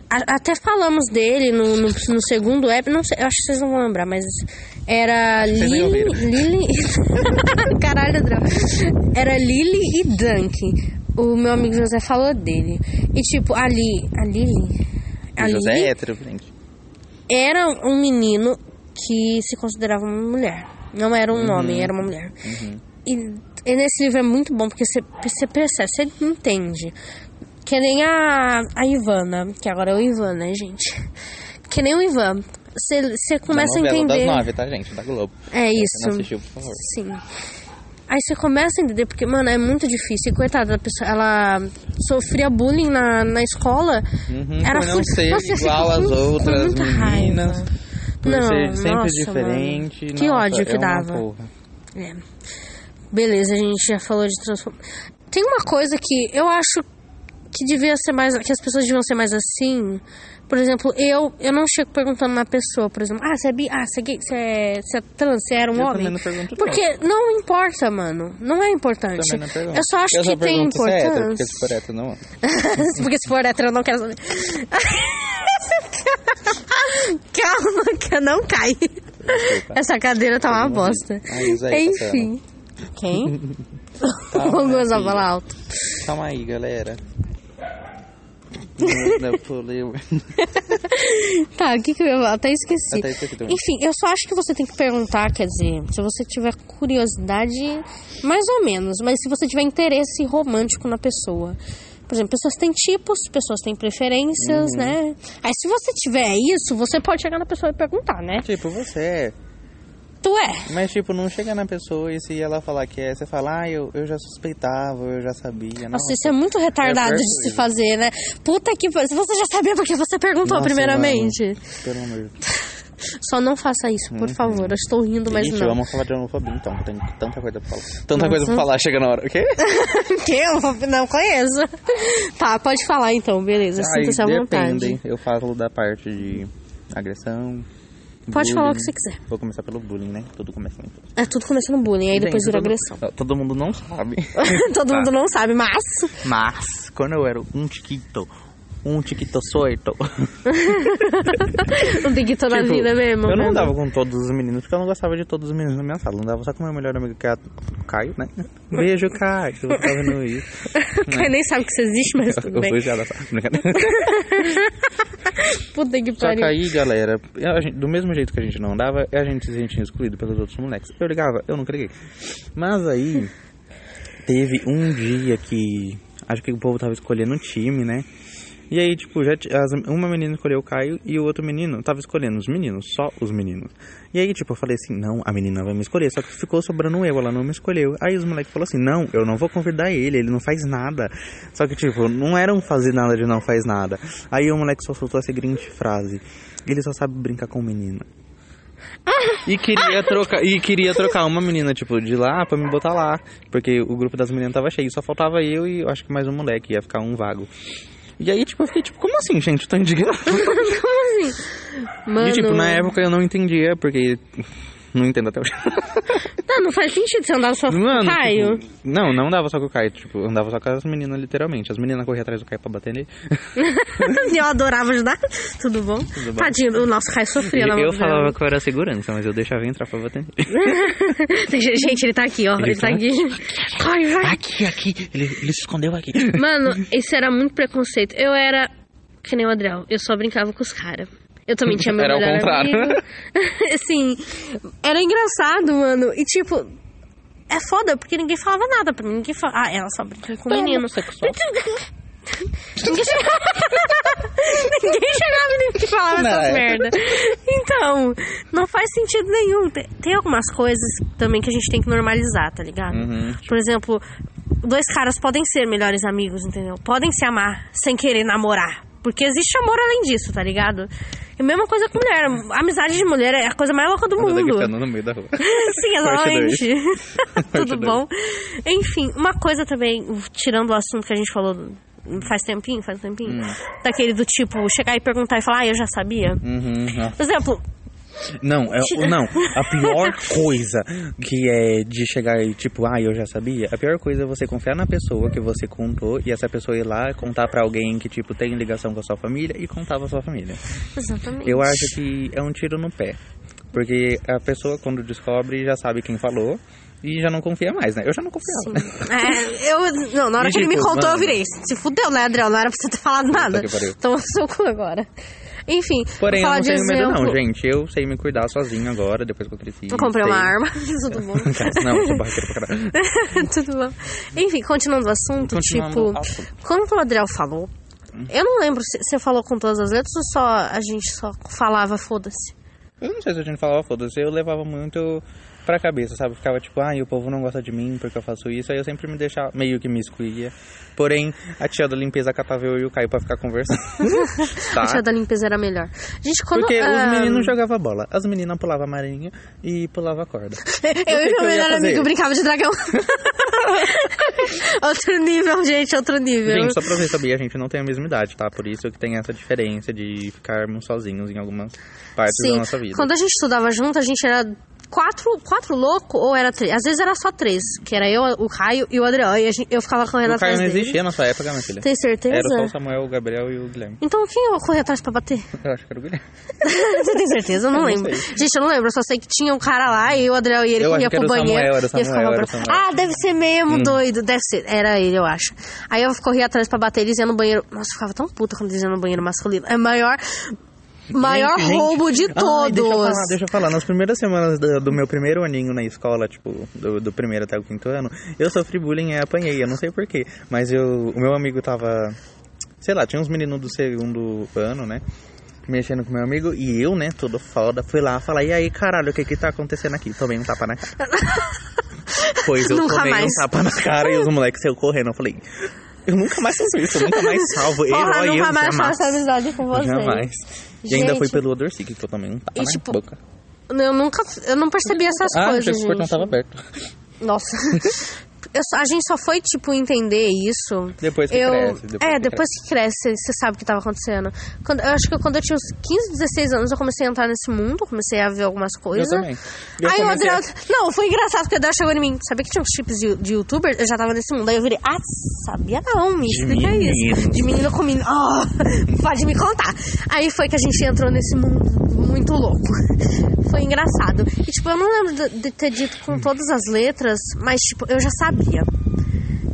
B: A- até falamos dele no, no, no segundo app, não sei, eu acho que vocês não vão lembrar, mas era
C: que vocês nem
B: Lily.
C: ouviram.
B: Lily Caralho, drama. Era Lily e Dunk. O meu amigo José falou dele. E tipo, ali. A Lily. A
C: O José
B: Lily
C: é hétero, gente.
B: era um menino que se considerava uma mulher. Não era
C: Uhum.
B: um homem, era uma mulher. E, e nesse livro é muito bom porque você você percebe, você entende. Que nem a, a Ivana, que agora é o Ivan, né, gente? Que nem o Ivan. Você você começa
C: da
B: a
C: novela
B: entender.
C: das nove, tá, gente? Da Globo.
B: É
C: Se você não
B: isso.
C: assistiu, por favor.
B: Sim. Aí você começa a entender, porque, mano, é muito difícil. E, coitada, a pessoa, ela sofria bullying na, na escola.
C: Uhum,
B: era
C: por não
B: fudi-
C: ser
B: Nossa, eu fico
C: igual às
B: com- com
C: outras
B: muita raiva.
C: meninas. Por
B: Não,
C: ser sempre
B: nossa,
C: diferente.
B: mano. Que
C: nossa,
B: ódio que
C: é uma
B: dava.
C: porra.
B: É. Beleza, a gente já falou de transformação. Tem uma coisa que eu acho que devia ser mais. que as pessoas deviam ser mais assim. Por exemplo, eu, eu não chego perguntando na pessoa, por exemplo, ah, você é bi, ah, você é gay, você é, você é trans, você era um
C: Eu também
B: homem.
C: não pergunto, não.
B: porque não importa, mano. Não é importante.
C: Também não pergunto.
B: eu só acho
C: eu
B: que
C: só
B: tem
C: pergunto se é
B: importância.
C: hétero, porque se for hétero, não.
B: Porque se for hétero, eu não quero saber. Calma, que eu não cai.
C: Desculpa.
B: Essa cadeira tá uma
C: Todo mundo
B: bosta.
C: riu. é Aí, tá Zé,
B: Enfim. Quem?
C: Calma,
B: Vou
C: minha
B: gozar
C: filha.
B: falar alto.
C: Calma aí, galera. Não, não, pulei o-
B: Tá, o que que eu ia falar? Até esqueci.
C: Até esqueci também.
B: Enfim, eu só acho que você tem que perguntar, quer dizer, se você tiver curiosidade, mais ou menos, mas se você tiver interesse romântico na pessoa. Por exemplo, pessoas têm tipos, pessoas têm preferências,
C: Uhum.
B: né? Aí se você tiver isso, você pode chegar na pessoa e perguntar, né?
C: Tipo, você é.
B: Tu é.
C: Mas, tipo, não chega na pessoa e se ela falar que é, você fala, ah, eu, eu já suspeitava, eu já sabia.
B: Nossa,
C: Nossa,
B: isso é muito retardado
C: É a pior
B: de se
C: coisa.
B: fazer, né? Puta que pariu. Você já sabia porque você perguntou
C: Nossa,
B: primeiramente.
C: mano, Pelo amor de Deus.
B: Só não faça isso, por favor. Eu estou rindo, mas
C: Uhum. Gente,
B: não.
C: vamos falar de homofobia então, que tem tanta coisa pra falar. Tanta
B: Nossa.
C: coisa pra falar, chega na hora. O quê?
B: que eu vou- não conheço. Tá, pode falar então, beleza. Sinta-se à vontade.
C: Eu falo da parte de agressão.
B: Pode falar o que
C: bullying.
B: você quiser.
C: Vou começar pelo bullying, né? Tudo começa em
B: É tudo começando bullying, aí depois
C: Gente,
B: vira
C: todo-
B: agressão.
C: Todo mundo não sabe.
B: Todo
C: Tá.
B: mundo não sabe, mas.
C: Mas, quando eu era um tiquito, um tiquito soito,
B: Não tem que toda a
C: Tipo,
B: tá vida mesmo.
C: Eu não
B: né?
C: andava com todos os meninos, porque eu não gostava de todos os meninos na minha sala. Eu andava só com meu melhor amigo, que é o Caio, né? Beijo, Caio, se você tá vendo isso. né?
B: Eu nem sabe que você existe, mas tudo
C: Eu fui
B: bem.
C: já da sala. brincadeira.
B: Puta que
C: Só que
B: pariu.
C: aí, galera, eu- a gente- do mesmo jeito que a gente não andava, a gente se sentia excluído pelos outros moleques. Eu ligava, eu nunca liguei. Mas aí, teve um dia que acho que o povo tava escolhendo um time, né? E aí, tipo, já, ti- as- uma menina escolheu o Caio e o outro menino tava escolhendo os meninos, só os meninos. E aí, tipo, eu falei assim, não, a menina vai me escolher, só que ficou sobrando eu, ela não me escolheu. Aí os moleques falaram assim, não, eu não vou convidar ele, ele não faz nada. Só que, tipo, não era um fazer nada de não faz nada. Aí o moleque só soltou a seguinte frase, ele só sabe brincar com menina. E
B: Ah!
C: queria trocar, e queria trocar uma menina, tipo, de lá pra me botar lá. Porque o grupo das meninas tava cheio, só faltava eu e eu acho que mais um moleque, ia ficar um vago. E aí, tipo, eu fiquei, tipo, como assim, gente? Eu tô indignado.
B: Como assim? Mano.
C: E, tipo, na época eu não entendia, porque. Não entendo até hoje.
B: Tá, Não, não faz sentido você andar só com o
C: Mano,
B: Caio.
C: tipo, não, não andava só com o Caio, tipo, andava só com as meninas, literalmente. As meninas corriam atrás do Caio pra bater nele.
B: eu adorava ajudar. Tudo bom?
C: tipo- Tudo bom.
B: Tadinho, o nosso Caio sofria na mão
C: eu
B: dela.
C: falava que eu era segurança, mas eu deixava entrar pra bater nele.
B: Gente, ele tá aqui, ó. Ele,
C: Ele
B: tá
C: tá
B: aqui. Corre, vai.
C: Aqui, aqui, ele, ele tá se escondeu aqui.
B: Mano, isso era muito preconceito. Eu era que nem o Adriel, eu só brincava com os caras. Eu também tinha meu
C: Era ao
B: melhor
C: contrário.
B: amigo. Sim, era engraçado, mano. E tipo, é foda porque ninguém falava nada pra mim. Ninguém falava, ah, ela só brinca com menino.
C: Homossexual.
B: Ninguém chegava, ninguém chegava nem que falava
C: Não,
B: essas
C: é.
B: merda. Então, não faz sentido nenhum. Tem, tem algumas coisas também que a gente tem que normalizar, tá ligado?
C: Uhum.
B: Por exemplo, dois caras podem ser melhores amigos, entendeu? Podem se amar sem querer namorar. Porque existe amor além disso, tá ligado? É a mesma coisa com mulher. A amizade de mulher é a coisa mais louca do
C: Ela tá
B: mundo.
C: gritando no meio da rua.
B: Sim, é exatamente. Tudo
C: Parte
B: bom? Enfim, uma coisa também, tirando o assunto que a gente falou faz tempinho, faz um tempinho,
C: Hum.
B: daquele do tipo, chegar e perguntar e falar, ah, eu já sabia.
C: Uhum, uhum.
B: Por exemplo,
C: Não, é, não, a pior coisa que é de chegar e tipo, ah, eu já sabia. A pior coisa é você confiar na pessoa que você contou e essa pessoa ir lá contar pra alguém que, tipo, tem ligação com a sua família e contar pra sua família.
B: exatamente.
C: Eu acho que é um tiro no pé. Porque a pessoa, quando descobre, já sabe quem falou e já não confia mais, né? Eu já não
B: Sim.
C: confiava.
B: É, eu, não, na hora
C: E
B: que ele me
C: tipo,
B: contou, eu
C: mano-
B: virei. Se fudeu, né, Adriel? Não era pra você ter falado nada.
C: que pariu.
B: Toma seu cu agora. Enfim,
C: Porém,
B: vou
C: eu
B: falar
C: não
B: de
C: tenho
B: exemplo.
C: medo não, gente. Eu sei me cuidar sozinho agora, depois que eu cresci.
B: Eu comprei uma
C: sei.
B: arma, tudo bom.
C: não, eu sou barraqueiro pra caralho.
B: Tudo bom. Enfim, continuando o assunto,
C: Tá. Continuando
B: tipo,
C: o Hum. assunto.
B: como que o Adriel falou, eu não lembro se você falou com todas as letras ou só a gente só falava, foda-se.
C: Eu não sei se a gente falava, foda-se, eu levava muito pra cabeça, sabe? Ficava tipo, ah, o povo não gosta de mim porque eu faço isso. Aí eu sempre me deixava, meio que me excluía. Porém, a tia da limpeza catava eu e o Caio pra ficar conversando.
B: A
C: tá?
B: tia da limpeza era melhor. Gente, quando.
C: Porque
B: ah,
C: os meninos jogavam bola, as meninas pulavam marinha e pulavam corda.
B: Eu
C: que
B: e
C: que
B: meu
C: eu ia
B: melhor
C: fazer?
B: amigo brincava de dragão. outro nível, gente, outro nível.
C: Gente, só pra vocês saberem, a gente não tem a mesma idade, tá? Por isso que tem essa diferença de ficarmos sozinhos em algumas partes da nossa vida.
B: Quando a gente estudava junto, a gente era quatro, quatro louco ou era três? Às vezes era só três, que era eu, o Caio e o Adriano. E a gente- eu ficava correndo
C: O Caio
B: atrás
C: não
B: dele.
C: existia na sua época, minha filha.
B: Tem certeza?
C: Era só o Samuel, o Gabriel e o Guilherme.
B: Então quem eu corri atrás pra bater?
C: Eu acho que era o Guilherme.
B: Você tem certeza? Eu não,
C: Eu não
B: lembro.
C: sei.
B: Gente, eu não lembro. Eu só sei que tinha um cara lá e o Adriel e ele
C: Eu acho
B: corria pro
C: que era o
B: banheiro.
C: Samuel, era o
B: e eu ficava
C: Samuel, Hum. era o
B: pra-
C: Samuel.
B: Ah, deve ser mesmo, doido. Deve ser. Era ele, eu acho. Aí eu corria atrás pra bater, eles iam no banheiro. Nossa, eu ficava tão puta quando eles iam no banheiro masculino. É maior. Maior
C: Gente, gente.
B: roubo de
C: Ai,
B: todos.
C: deixa eu falar, deixa eu falar. Nas primeiras semanas do, do meu primeiro aninho na escola, tipo, do, do primeiro até o quinto ano, eu sofri bullying e apanhei, eu não sei porquê. Mas eu, o meu amigo tava. Sei lá, tinha uns meninos do segundo ano, né? Mexendo com meu amigo e eu, né, todo foda, fui lá falar, e aí, caralho, o que que tá acontecendo aqui? Tomei um tapa na cara. pois eu
B: Nunca
C: tomei
B: mais.
C: um tapa na cara e os moleques saiu correndo. Eu falei, eu nunca mais faço isso, eu nunca mais salvo.
B: Porra,
C: Herói, eu
B: nunca mais
C: jamais.
B: faço amizade com vocês.
C: Jamais. E ainda
B: Gente.
C: foi pelo odor sick que eu tomei um tapa
B: E,
C: na
B: tipo,
C: boca.
B: Eu nunca. Eu não percebi essas
C: ah, achei
B: coisas.
C: que o portão
B: Gente.
C: tava aberto.
B: Nossa. Eu só- a gente só foi, tipo, entender isso.
C: Depois que
B: eu,
C: cresce, depois
B: é,
C: que
B: depois que cresce, você sabe o que tava acontecendo. Quando, eu acho que quando eu tinha uns 15, 16 anos, eu comecei a entrar nesse mundo, comecei a ver algumas coisas.
C: também. Eu
B: Aí o
C: comecei
B: Adriano.
C: a-
B: Não, foi engraçado porque o Adriano chegou em mim. Sabia que tinha uns chips de, de youtuber? Eu já tava nesse mundo. Aí eu virei, ah, sabia não, me
C: De
B: explica isso.
C: menino.
B: De menino com menino. Ah, pode me contar. Aí foi que a gente entrou nesse mundo muito louco. Foi engraçado. E tipo, eu não lembro de, de ter dito com todas as letras, mas tipo, eu já sabia.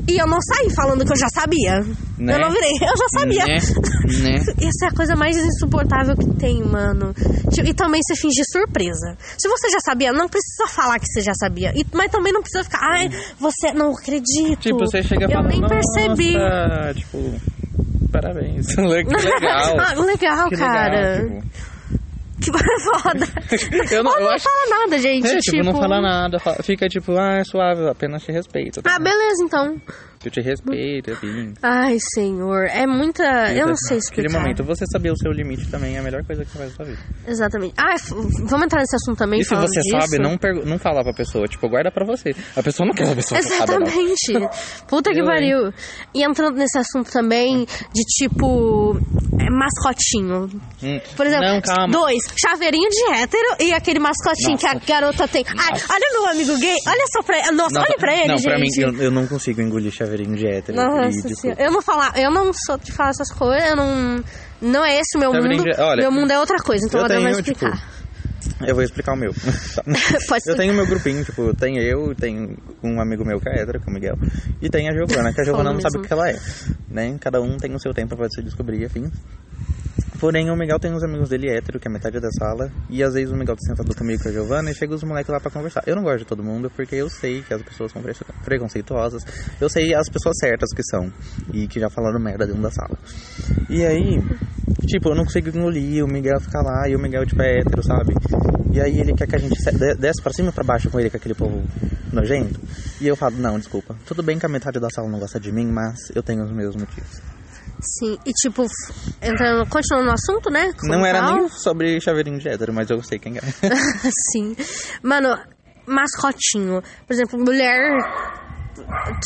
B: E eu não saí falando que eu já sabia.
C: Né?
B: Eu não virei, eu já sabia.
C: Né?
B: Essa é a coisa mais insuportável que tem, mano. Tipo, e também você fingir surpresa. Se você já sabia, não precisa falar que você já sabia. E- mas também não precisa ficar, ai, você não acredito.
C: Tipo, você chega
B: Eu
C: e fala,
B: nem percebi.
C: "Nossa", Tipo, parabéns. que legal.
B: ah, legal,
C: que legal,
B: cara.
C: tipo.
B: Que foda.
C: Eu não-
B: Ou
C: eu
B: não
C: acho-
B: fala nada, gente.
C: É,
B: tipo,
C: tipo, não fala nada. fa- Fica tipo, ah, é suave, apenas te respeito. tá
B: Ah, beleza, então.
C: bom? Eu te respeito, assim.
B: Ai, senhor. É muita. Eu não sei explicar.
C: Aquele momento, você saber o seu limite também é a melhor coisa que você faz na sua vida.
B: Exatamente. Ah, f- vamos entrar nesse assunto também.
C: E se
B: falando
C: você
B: disso?
C: sabe, não, pergu- não fala pra pessoa. Tipo, guarda pra você. A pessoa não quer saber se você sabe. não.
B: Exatamente. Puta que
C: Eu,
B: pariu. E entrando nesse assunto também de tipo é, mascotinho.
C: Hum.
B: Por exemplo,
C: Não, calma.
B: dois, chaveirinho de hétero e aquele mascotinho
C: Nossa.
B: que a garota tem. Ai, olha meu amigo gay, olha só pra ele. Nossa, olha pra ele,
C: não, pra mim,
B: gente.
C: eu, eu não consigo engolir chaveirinho de hétero.
B: Nossa
C: e, tipo,
B: senhora. Eu não falar, eu não sou de falar essas coisas, eu não. Não é esse o meu
C: Chaveirinho
B: mundo.
C: de- Tá olha,
B: meu mundo é outra coisa, então
C: eu
B: eu vai
C: tenho, tipo,
B: explicar.
C: eu vou explicar o meu. Tá.
B: Pode
C: eu
B: ser.
C: tenho meu grupinho, tipo, tem eu, tem um amigo meu que é hétero, que é o Miguel, e tem a Giovana, que a Giovana não sabe
B: mesmo.
C: o que ela é. Né? Cada um tem o seu tempo pra se descobrir, enfim. Porém, o Miguel tem uns amigos dele hétero, que é metade da sala, e às vezes o Miguel tá sentado comigo com a Giovana e chega os moleques lá pra conversar. Eu não gosto de todo mundo porque eu sei que as pessoas são pre- preconceituosas, eu sei as pessoas certas que são e que já falaram merda dentro da sala. E aí, tipo, eu não consigo engolir, o Miguel fica lá e o Miguel, tipo, é hétero, sabe? E aí ele quer que a gente se- de- desce pra cima e pra baixo com ele, com aquele povo nojento, e eu falo, não, desculpa, tudo bem que a metade da sala não gosta de mim, mas eu tenho os meus motivos.
B: Sim, e tipo, entrando, continuando no assunto, né?
C: Não era
B: Frontal.
C: nem sobre chaveirinho de hétero, mas eu sei quem é.
B: Sim. Mano, mascotinho. Por exemplo, mulher.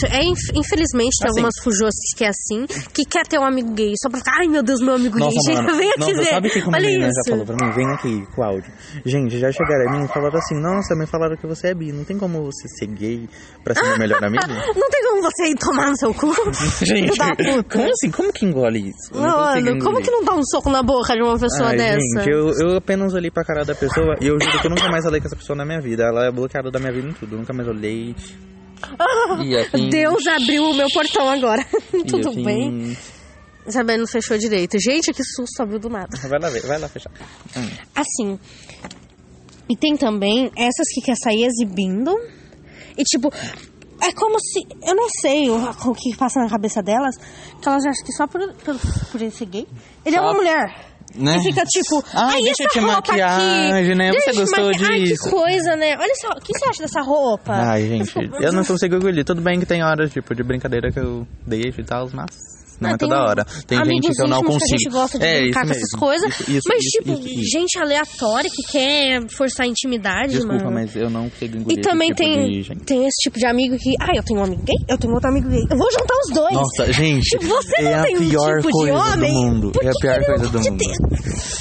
B: É, inf- infelizmente, tem
C: Assim.
B: algumas fujosas que é assim, que quer ter um amigo gay, só pra ficar, ai meu Deus, meu amigo gay, gente, vem aqui
C: nossa,
B: ver.
C: sabe o que que uma
B: Olha
C: menina
B: isso.
C: já falou pra mim? Vem aqui com o áudio. Gente, já chegaram a mim e falaram assim, nossa, me falaram que você é bi, não tem como você ser gay pra ser meu melhor amigo?
B: Não tem como você ir tomar no seu cu.
C: Gente,
B: Filho da puta.
C: como assim? Como que engole isso? Eu não consigo
B: Mano, como
C: engolir.
B: que não dá um soco na boca de uma pessoa
C: Ai,
B: dessa?
C: Gente, eu, eu apenas olhei pra cara da pessoa e eu juro que eu nunca mais falei com essa pessoa na minha vida. Ela é bloqueada da minha vida em tudo. Eu nunca mais olhei. E assim-
B: Deus abriu o meu portão agora.
C: e
B: Tudo
C: assim-
B: bem? Isabel não fechou direito. Gente, que susto, abriu do nada.
C: Vai lá ver, vai lá fechar. Hum.
B: Assim. E tem também essas que quer sair exibindo. E tipo, é como se. Eu não sei o, o que passa na cabeça delas. Que elas acham que só por, por, por ele ser gay. Ele é
C: Só-
B: uma mulher.
C: Né?
B: E fica tipo,
C: Ai,
B: ai,
C: deixa eu
B: essa
C: te
B: roupa
C: maquiar,
B: aqui.
C: né?
B: Deixa
C: Você
B: eu te
C: gostou
B: maquiar. Ai,
C: disso?"
B: que coisa, né? Olha só, o que você acha dessa roupa?
C: Ai, gente,
B: fico-
C: eu não consigo engolir. Tudo bem que tem horas, tipo, de brincadeira que eu deixo e tal, mas. Não
B: Ah,
C: é toda
B: tem
C: hora. Tem
B: amigos
C: gente que eu não
B: íntimos
C: consigo.
B: Que a gente gosta de
C: é,
B: brincar com
C: isso mesmo.
B: essas coisas.
C: Isso, isso,
B: mas,
C: isso,
B: tipo,
C: isso, isso.
B: gente aleatória que quer forçar a intimidade,
C: Desculpa,
B: mano.
C: mas eu não consigo engolir.
B: E também
C: esse tipo
B: tem,
C: de gente.
B: tem esse tipo de amigo que, ah, eu tenho um amigo gay, eu tenho outro amigo gay. Eu vou juntar os dois.
C: Nossa, gente,
B: Você
C: é
B: não
C: a
B: tem um
C: pior
B: tipo de
C: coisa
B: homem?
C: do mundo.
B: Por
C: É a
B: que
C: pior
B: ele não
C: coisa do
B: pode
C: mundo.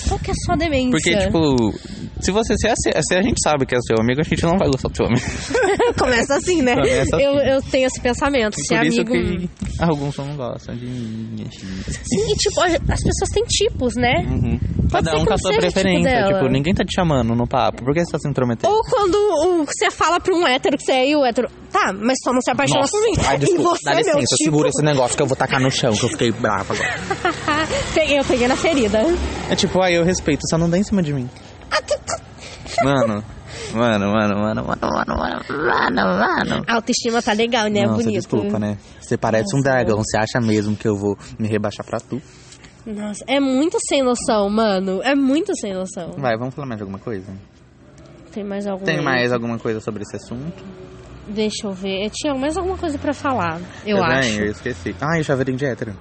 B: Qual que é a sua demência?
C: Porque, tipo, se você se a, se a gente sabe que é seu amigo, a gente não vai gostar do seu amigo.
B: Começa assim, né?
C: Começa assim.
B: Eu, eu tenho esse pensamento. Se é
C: Por isso
B: amigo.
C: que alguns não gostam de mim. assim.
B: Sim, e tipo, as pessoas têm tipos, né?
C: Uhum. Cada
B: ser
C: um
B: que
C: com
B: eu
C: a sua
B: seja o tipo
C: preferência. Tipo,
B: dela.
C: ninguém tá te chamando no papo. Por que você tá se intrometendo?
B: Ou quando o- você fala pra um hétero que você é e o hétero. Tá, mas só não se apaixona por mim.
C: ai,
B: e
C: desculpa,
B: você
C: dá
B: é meu
C: licença,
B: tipo.
C: segura esse negócio que eu vou tacar no chão, que eu fiquei brava agora.
B: Peguei- eu peguei na ferida.
C: É tipo, ai, eu respeito, só não dá em cima de mim. Mano, mano, mano, mano, mano, mano, mano, mano, mano.
B: A autoestima tá legal, né?
C: Nossa,
B: Bonito.
C: desculpa, né? Você parece um
B: Nossa.
C: dragão, você acha mesmo que eu vou me rebaixar pra tu?
B: Nossa, é muito sem noção, mano. É muito sem noção.
C: Vai, vamos falar mais de alguma coisa?
B: Tem mais alguma?
C: Tem mais alguma coisa sobre esse assunto?
B: Deixa eu ver. Eu tinha mais alguma coisa pra falar, eu, acho.
C: também, eu esqueci. Ah, Ai, chaveirinho de hétero.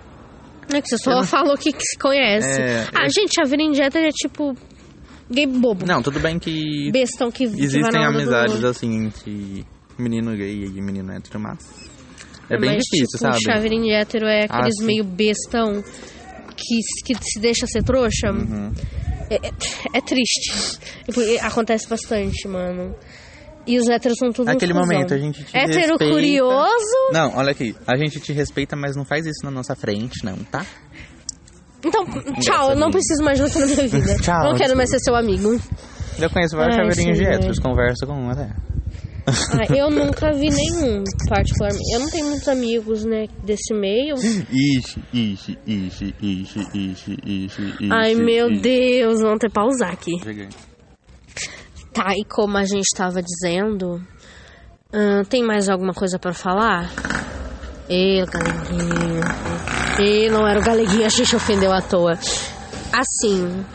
B: É que você só falou que, que se conhece.
C: É,
B: ah,
C: eu-
B: gente, a vida em dieta é tipo gay bobo.
C: Não, tudo bem que
B: Bestão que que vai
C: existem
B: na onda do-
C: amizades assim entre menino gay e menino hétero, mas é, bem
B: mas,
C: difícil,
B: tipo,
C: sabe?
B: chaveirinho hétero é
C: Ah,
B: aqueles
C: sim.
B: meio bestão que, que se deixa ser trouxa.
C: Uhum.
B: É, é- é triste. Porque Acontece bastante, mano. E os héteros são tudo
C: Naquele
B: cuzão.
C: momento, a gente te
B: Hétero
C: respeita.
B: curioso.
C: Não, olha aqui, a gente te respeita, mas não faz isso na nossa frente, não, tá?
B: Então, tchau, eu não
C: mesmo.
B: preciso mais de você na minha vida.
C: Hum, Tchau,
B: Não quero mais ser seu amigo.
C: Eu conheço vários
B: Ai, é.
C: chaveirinhos de
B: senhor.
C: héteros, converso com um até.
B: Ah, eu nunca vi nenhum, particularmente. Eu não tenho muitos amigos, né, desse meio.
C: Ixi, ixi, ixi, ixi, ixi, ixi, ixi.
B: Ai, meu Deus, vamos ter que pausar aqui.
C: Deus.
B: Tá, e como a gente tava dizendo, ahn, tem mais alguma coisa pra falar? Ê, galeguinha. Ê, não era o galeguinha, a gente ofendeu à toa. Assim.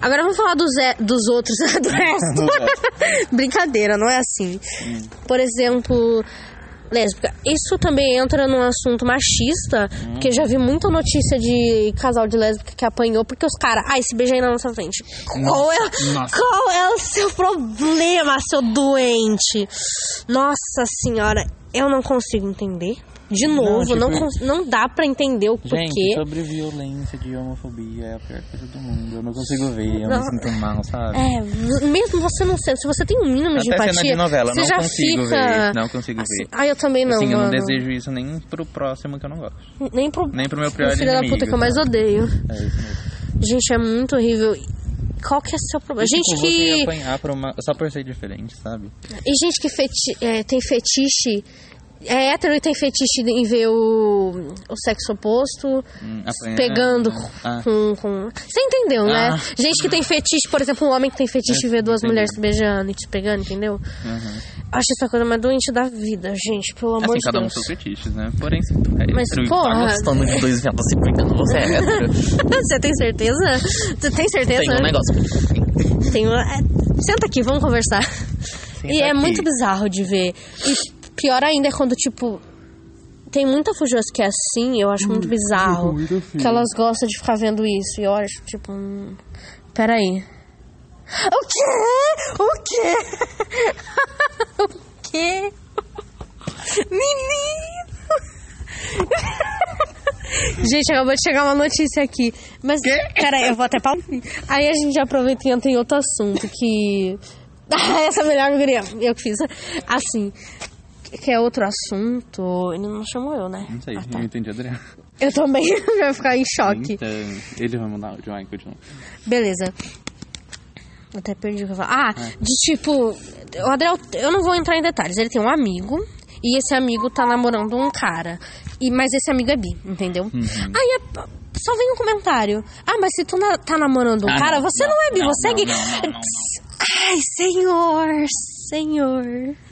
B: Agora vamos falar dos, é- dos outros, do resto. Brincadeira, não é assim. Por exemplo, lésbica. Isso também entra num assunto machista, porque eu já vi muita notícia de casal de lésbica que apanhou porque os caras, ai, se beijei na nossa frente. qual, é, qual é o seu problema, seu doente? Nossa senhora, eu não consigo entender. De novo, não,
C: tipo-
B: cons- não, dá pra entender o porquê.
C: sobre violência de homofobia é a pior coisa do mundo. Eu não consigo ver, eu
B: Não.
C: me sinto mal, sabe?
B: É, v- mesmo você não sendo, se você tem um mínimo de
C: Até cena
B: empatia,
C: de novela,
B: você
C: não
B: já
C: consigo
B: fica
C: ver, não consigo
B: assim,
C: ver.
B: Ah, eu também não,
C: assim, eu não
B: mano.
C: desejo isso nem pro próximo que eu não gosto.
B: Nem pro,
C: Nem pro meu
B: pro
C: pior
B: filho da
C: inimigo,
B: puta que eu mais
C: sabe?
B: odeio.
C: É isso mesmo.
B: Gente, é muito horrível. Qual que é o seu problema?
C: E, tipo,
B: gente
C: Você ia
B: que.
C: apanhar pra uma... só por ser diferente, sabe?
B: E gente que feti- é, tem fetiche. É hétero e tem fetiche em ver o, o sexo oposto
C: Hum, apanhar,
B: pegando
C: né? Ah.
B: com, com. Você entendeu, né?
C: Ah.
B: Gente que tem fetiche, por exemplo, um homem que tem fetiche em ver duas
C: entendi.
B: mulheres se beijando e se pegando, entendeu?
C: Uhum.
B: Acho essa coisa mais doente da vida, gente, pelo amor
C: Assim,
B: de
C: cada um
B: Deus.
C: seus fetiches, né? Porém, se tu é
B: Mas,
C: hétero e
B: porra.
C: tá gostando de dois viados se pegando, você é hétero.
B: Você tem certeza? Você tem certeza?
C: Tem um negócio.
B: Tem uma- é, Senta aqui, vamos conversar. e é
C: assim, aqui.
B: muito bizarro de ver. E pior ainda é quando, tipo. Tem muita fujosa que é assim, eu acho muito bizarro. que elas gostam de ficar vendo isso. E eu acho, tipo, hum, peraí. O quê? O quê? o quê? Menino! gente, acabou de chegar uma notícia aqui. Mas, peraí, eu vou até pau. Aí a gente já aproveita e entra em outro assunto que. Ah, essa é a melhor guria. Eu que fiz. Assim, que é outro assunto. Ele não chamou eu, né?
C: Não sei,
B: Ah, tá.
C: não entendi, Adriano.
B: Eu também vai ficar em choque.
C: Então, ele vai mandar o João continua.
B: Beleza. Até perdi o que eu ia falar. Ah, de tipo, o Adriel, eu não vou entrar em detalhes. Ele tem um amigo e esse amigo tá namorando um cara. E, mas esse amigo é bi,
C: Uhum.
B: entendeu? Aí é- só vem um comentário. Ah, mas se tu na- tá namorando um
C: Ah,
B: cara,
C: não,
B: você não,
C: não,
B: é bi,
C: não,
B: você é
C: não,
B: gay.
C: não, não, não, não.
B: Ai, senhor, senhor.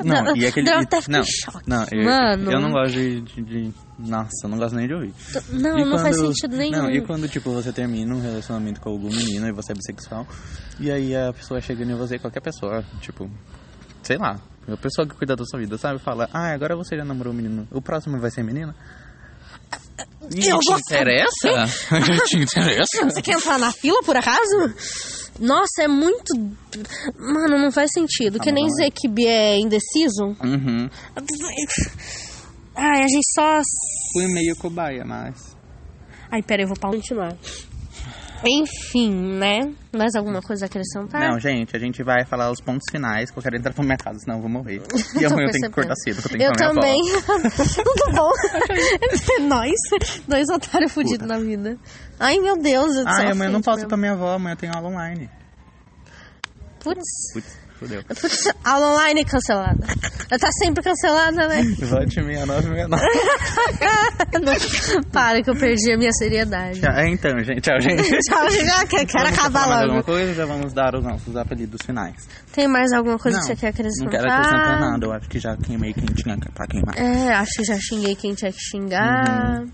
C: Não,
B: Adriel-
C: e aquele.
B: Adriel
C: e-
B: até fica em
C: não,
B: tá choque.
C: não, eu,
B: Mano,
C: eu não gosto de, de- de- Nossa, eu não gosto nem de ouvir.
B: não,
C: E
B: não faz
C: quando-
B: sentido nenhum.
C: Não, e quando, tipo, você termina um relacionamento com algum menino e você é bissexual, e aí a pessoa chega em você, qualquer pessoa, tipo, sei lá, a pessoa que cuida da sua vida, sabe? Fala, ah, agora você já namorou um menino, o próximo vai ser menina? E
B: Eu
C: te
B: vou
C: interessa? te interessa?
B: Você quer entrar na fila, por acaso? Nossa, é muito. Mano, não faz sentido. que nem
C: não é.
B: dizer que bi é indeciso.
C: Uhum.
B: Ai, a gente só.
C: Fui meio cobaia, mas.
B: Ai, peraí, eu vou pra continuar. Enfim, né? Mais alguma coisa a acrescentar?
C: Não, gente, a gente vai falar os pontos finais que eu quero entrar pro mercado, senão eu vou morrer. E amanhã eu tenho que acordar cedo, que eu tenho que
B: Eu
C: comer a bola.
B: também. muito bom. Nós, dois otários fudidos na vida. Ai, meu Deus do céu.
C: Ah, amanhã eu não
B: gente,
C: posso ir
B: meu-
C: pra minha avó, amanhã eu tenho aula online.
B: Putz.
C: Putz, fodeu.
B: Putz, aula online é cancelada. Ela tá sempre cancelada, né?
C: Vote 6969.
B: Não, para que eu perdi a minha seriedade.
C: Tchau, é, então, gente. Tchau, gente.
B: Tchau, já que- quero
C: Vamos falar
B: acabar
C: mais
B: logo.
C: alguma coisa, já vamos dar os nossos apelidos finais.
B: Tem mais alguma coisa
C: não,
B: que você quer acrescentar?
C: Não quero acrescentar nada, eu acho que já queimei tá quem tinha pra queimar.
B: É, acho que já xinguei quem tinha que xingar.
C: Uhum.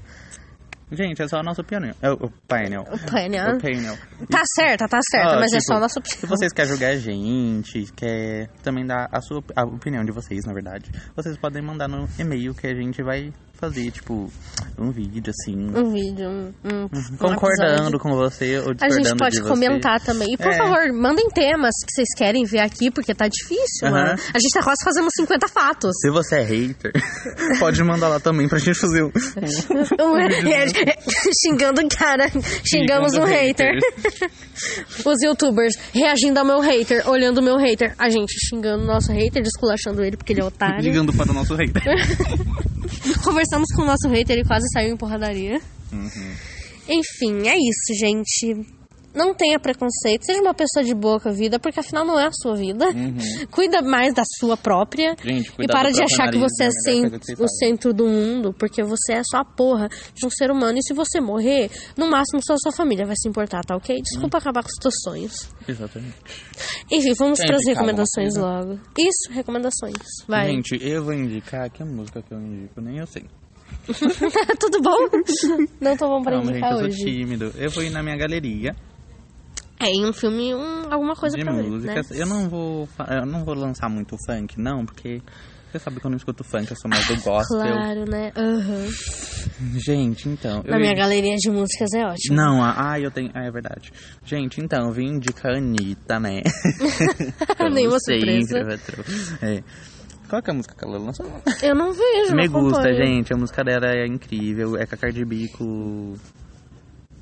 C: Gente, é só a nossa opinião. É o o painel.
B: O painel.
C: O painel.
B: Tá certa, tá certa,
C: Ó,
B: mas é
C: tipo,
B: só a nossa
C: Se
B: opinião.
C: vocês querem julgar a gente, quer também dar a sua a opinião de vocês, na verdade, vocês podem mandar no e-mail que a gente vai fazer, tipo, um vídeo assim.
B: Um vídeo, um, um- um
C: Uhum. concordando
B: episódio.
C: com você ou
B: A
C: discordando
B: gente pode
C: de você.
B: comentar também. E por
C: É.
B: favor, mandem temas que vocês querem ver aqui, porque tá difícil,
C: Aham.
B: mano. A gente tá quase fazendo 50 fatos.
C: Se você é hater, pode mandar lá também pra gente
B: É.
C: fazer um.
B: Um, Xingando o cara. Xingamos um
C: Xingando
B: hater. Os youtubers reagindo ao meu hater, olhando o meu hater. A gente xingando o nosso hater, desculachando ele porque ele é otário.
C: Ligando para o nosso hater.
B: Conversamos com o nosso hater, ele quase saiu em porradaria.
C: Uhum.
B: Enfim, é isso, gente. Não tenha preconceito, seja uma pessoa de boa com a vida, porque afinal não é a sua vida. Cuida mais da sua própria.
C: Uhum. Gente,
B: e
C: cuidar
B: para
C: do
B: de
C: próprio
B: achar que
C: nariz
B: você
C: é
B: é
C: a melhor
B: cen-
C: coisa que você
B: o
C: faz.
B: centro do mundo, porque você é só a porra de um ser humano. E se você morrer, no máximo só a sua família vai se importar, tá ok?
C: Uhum.
B: Desculpa acabar com os teus sonhos.
C: Exatamente.
B: Enfim, vamos
C: Quer
B: para as
C: indicar alguma
B: recomendações logo. Isso, recomendações. Vai.
C: Gente, eu vou indicar que música que eu indico, nem eu sei.
B: Tudo bom? Não tô bom pra
C: Calma, gente,
B: indicar
C: eu sou
B: hoje.
C: tímido. Eu vou ir na minha galeria
B: É, em um filme, um, alguma coisa
C: de
B: pra ver,
C: músicas.
B: né?
C: Eu não vou, fa- eu não vou lançar muito funk, não, porque você sabe que eu não escuto funk, eu sou mais do gospel.
B: Claro, né? Aham.
C: Gente, então,
B: Na
C: eu
B: minha
C: ia-
B: galeria de músicas é ótimo.
C: Não, a- ah, eu tenho. Ah, é verdade. Gente, então, eu vim indicar a Anitta, né? Como
B: Nenhuma
C: sempre,
B: surpresa.
C: patrão. É. Qual que é a música que ela lançou?
B: Eu não vejo,
C: Me
B: não
C: gusta,
B: acompanho.
C: gente. A música dela é incrível. É cacar de bico.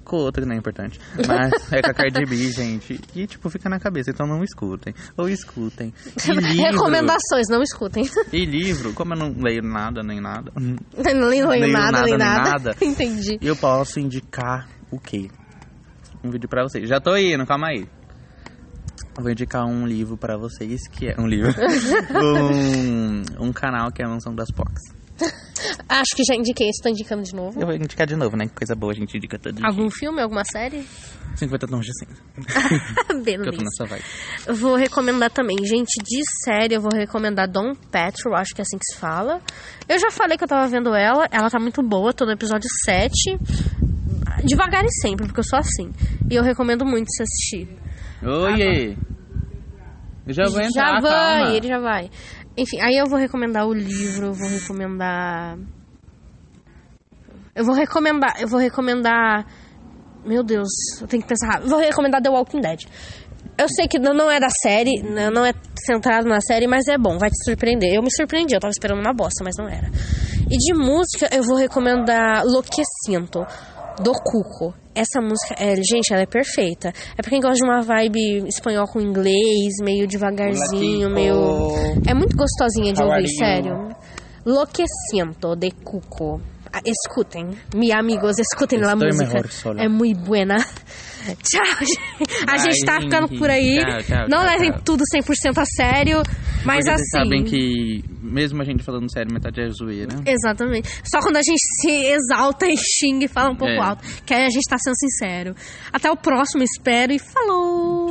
C: Com outra que não é importante. Mas é cacar de bi, gente. E, tipo, fica na cabeça. Então não escutem. Ou escutem. E livro,
B: Recomendações, não escutem.
C: e livro, como eu não leio nada, nem nada,
B: não leio
C: Leio
B: nada, nem
C: nada, nem
B: nada.
C: nada.
B: Entendi.
C: Hum. eu posso indicar o quê? Um vídeo pra vocês. Já tô indo, calma aí. Eu Vou indicar um livro pra vocês que é. Um livro. um, um canal que é a Mansão das Pocs.
B: Acho que já indiquei, estou indicando de novo.
C: Eu vou indicar de novo, né? Que coisa boa a gente indica todo dia.
B: Algum filme, alguma série?
C: 50 Ah, tons de cinza. Que eu tô
B: Beleza.
C: nessa vibe.
B: Vou recomendar também, gente, de série, eu vou recomendar Don Petro, acho que é assim que se fala. Eu já falei que eu tava vendo ela, ela tá muito boa, tô no episódio 7. Devagar e sempre, porque eu sou assim. E eu recomendo muito você assistir.
C: Oiê! Eu Tá já vou entrar,
B: já vai,
C: calma.
B: ele já vai. Enfim, aí eu vou recomendar o livro, eu vou recomendar Eu vou recomendar. Eu vou recomendar. Meu Deus, eu tenho que pensar rápido. Vou recomendar The Walking Dead. Eu sei que não é da série, né, não é centrado na série, mas é bom, vai te surpreender. Eu me surpreendi, eu tava esperando uma bosta, mas não era. E de música, eu vou recomendar Lo que Sinto, do Cuco. Essa música, é, gente, ela é perfeita. É pra quem gosta de uma vibe espanhol com inglês, meio devagarzinho,
C: Latim,
B: meio.
C: oh.
B: É muito gostosinha de
C: How are
B: ouvir,
C: you?
B: sério. Lo que siento de Cuco. Ah, Escutem, mi amigos, escutem a
C: Estoy
B: música.
C: mejor sola.
B: É muito buena. Tchau, gente. A
C: Vai,
B: gente tá ficando
C: gente.
B: por aí.
C: Tchau, tchau,
B: Não
C: tchau,
B: levem
C: tchau.
B: tudo 100% a sério, mas
C: Porque
B: assim.
C: Vocês sabem que, mesmo a gente falando sério, metade é zoeira.
B: Exatamente. Só quando a gente se exalta e xinga e fala um pouco
C: É.
B: alto, que aí a gente tá sendo sincero. Até o próximo, espero e falou!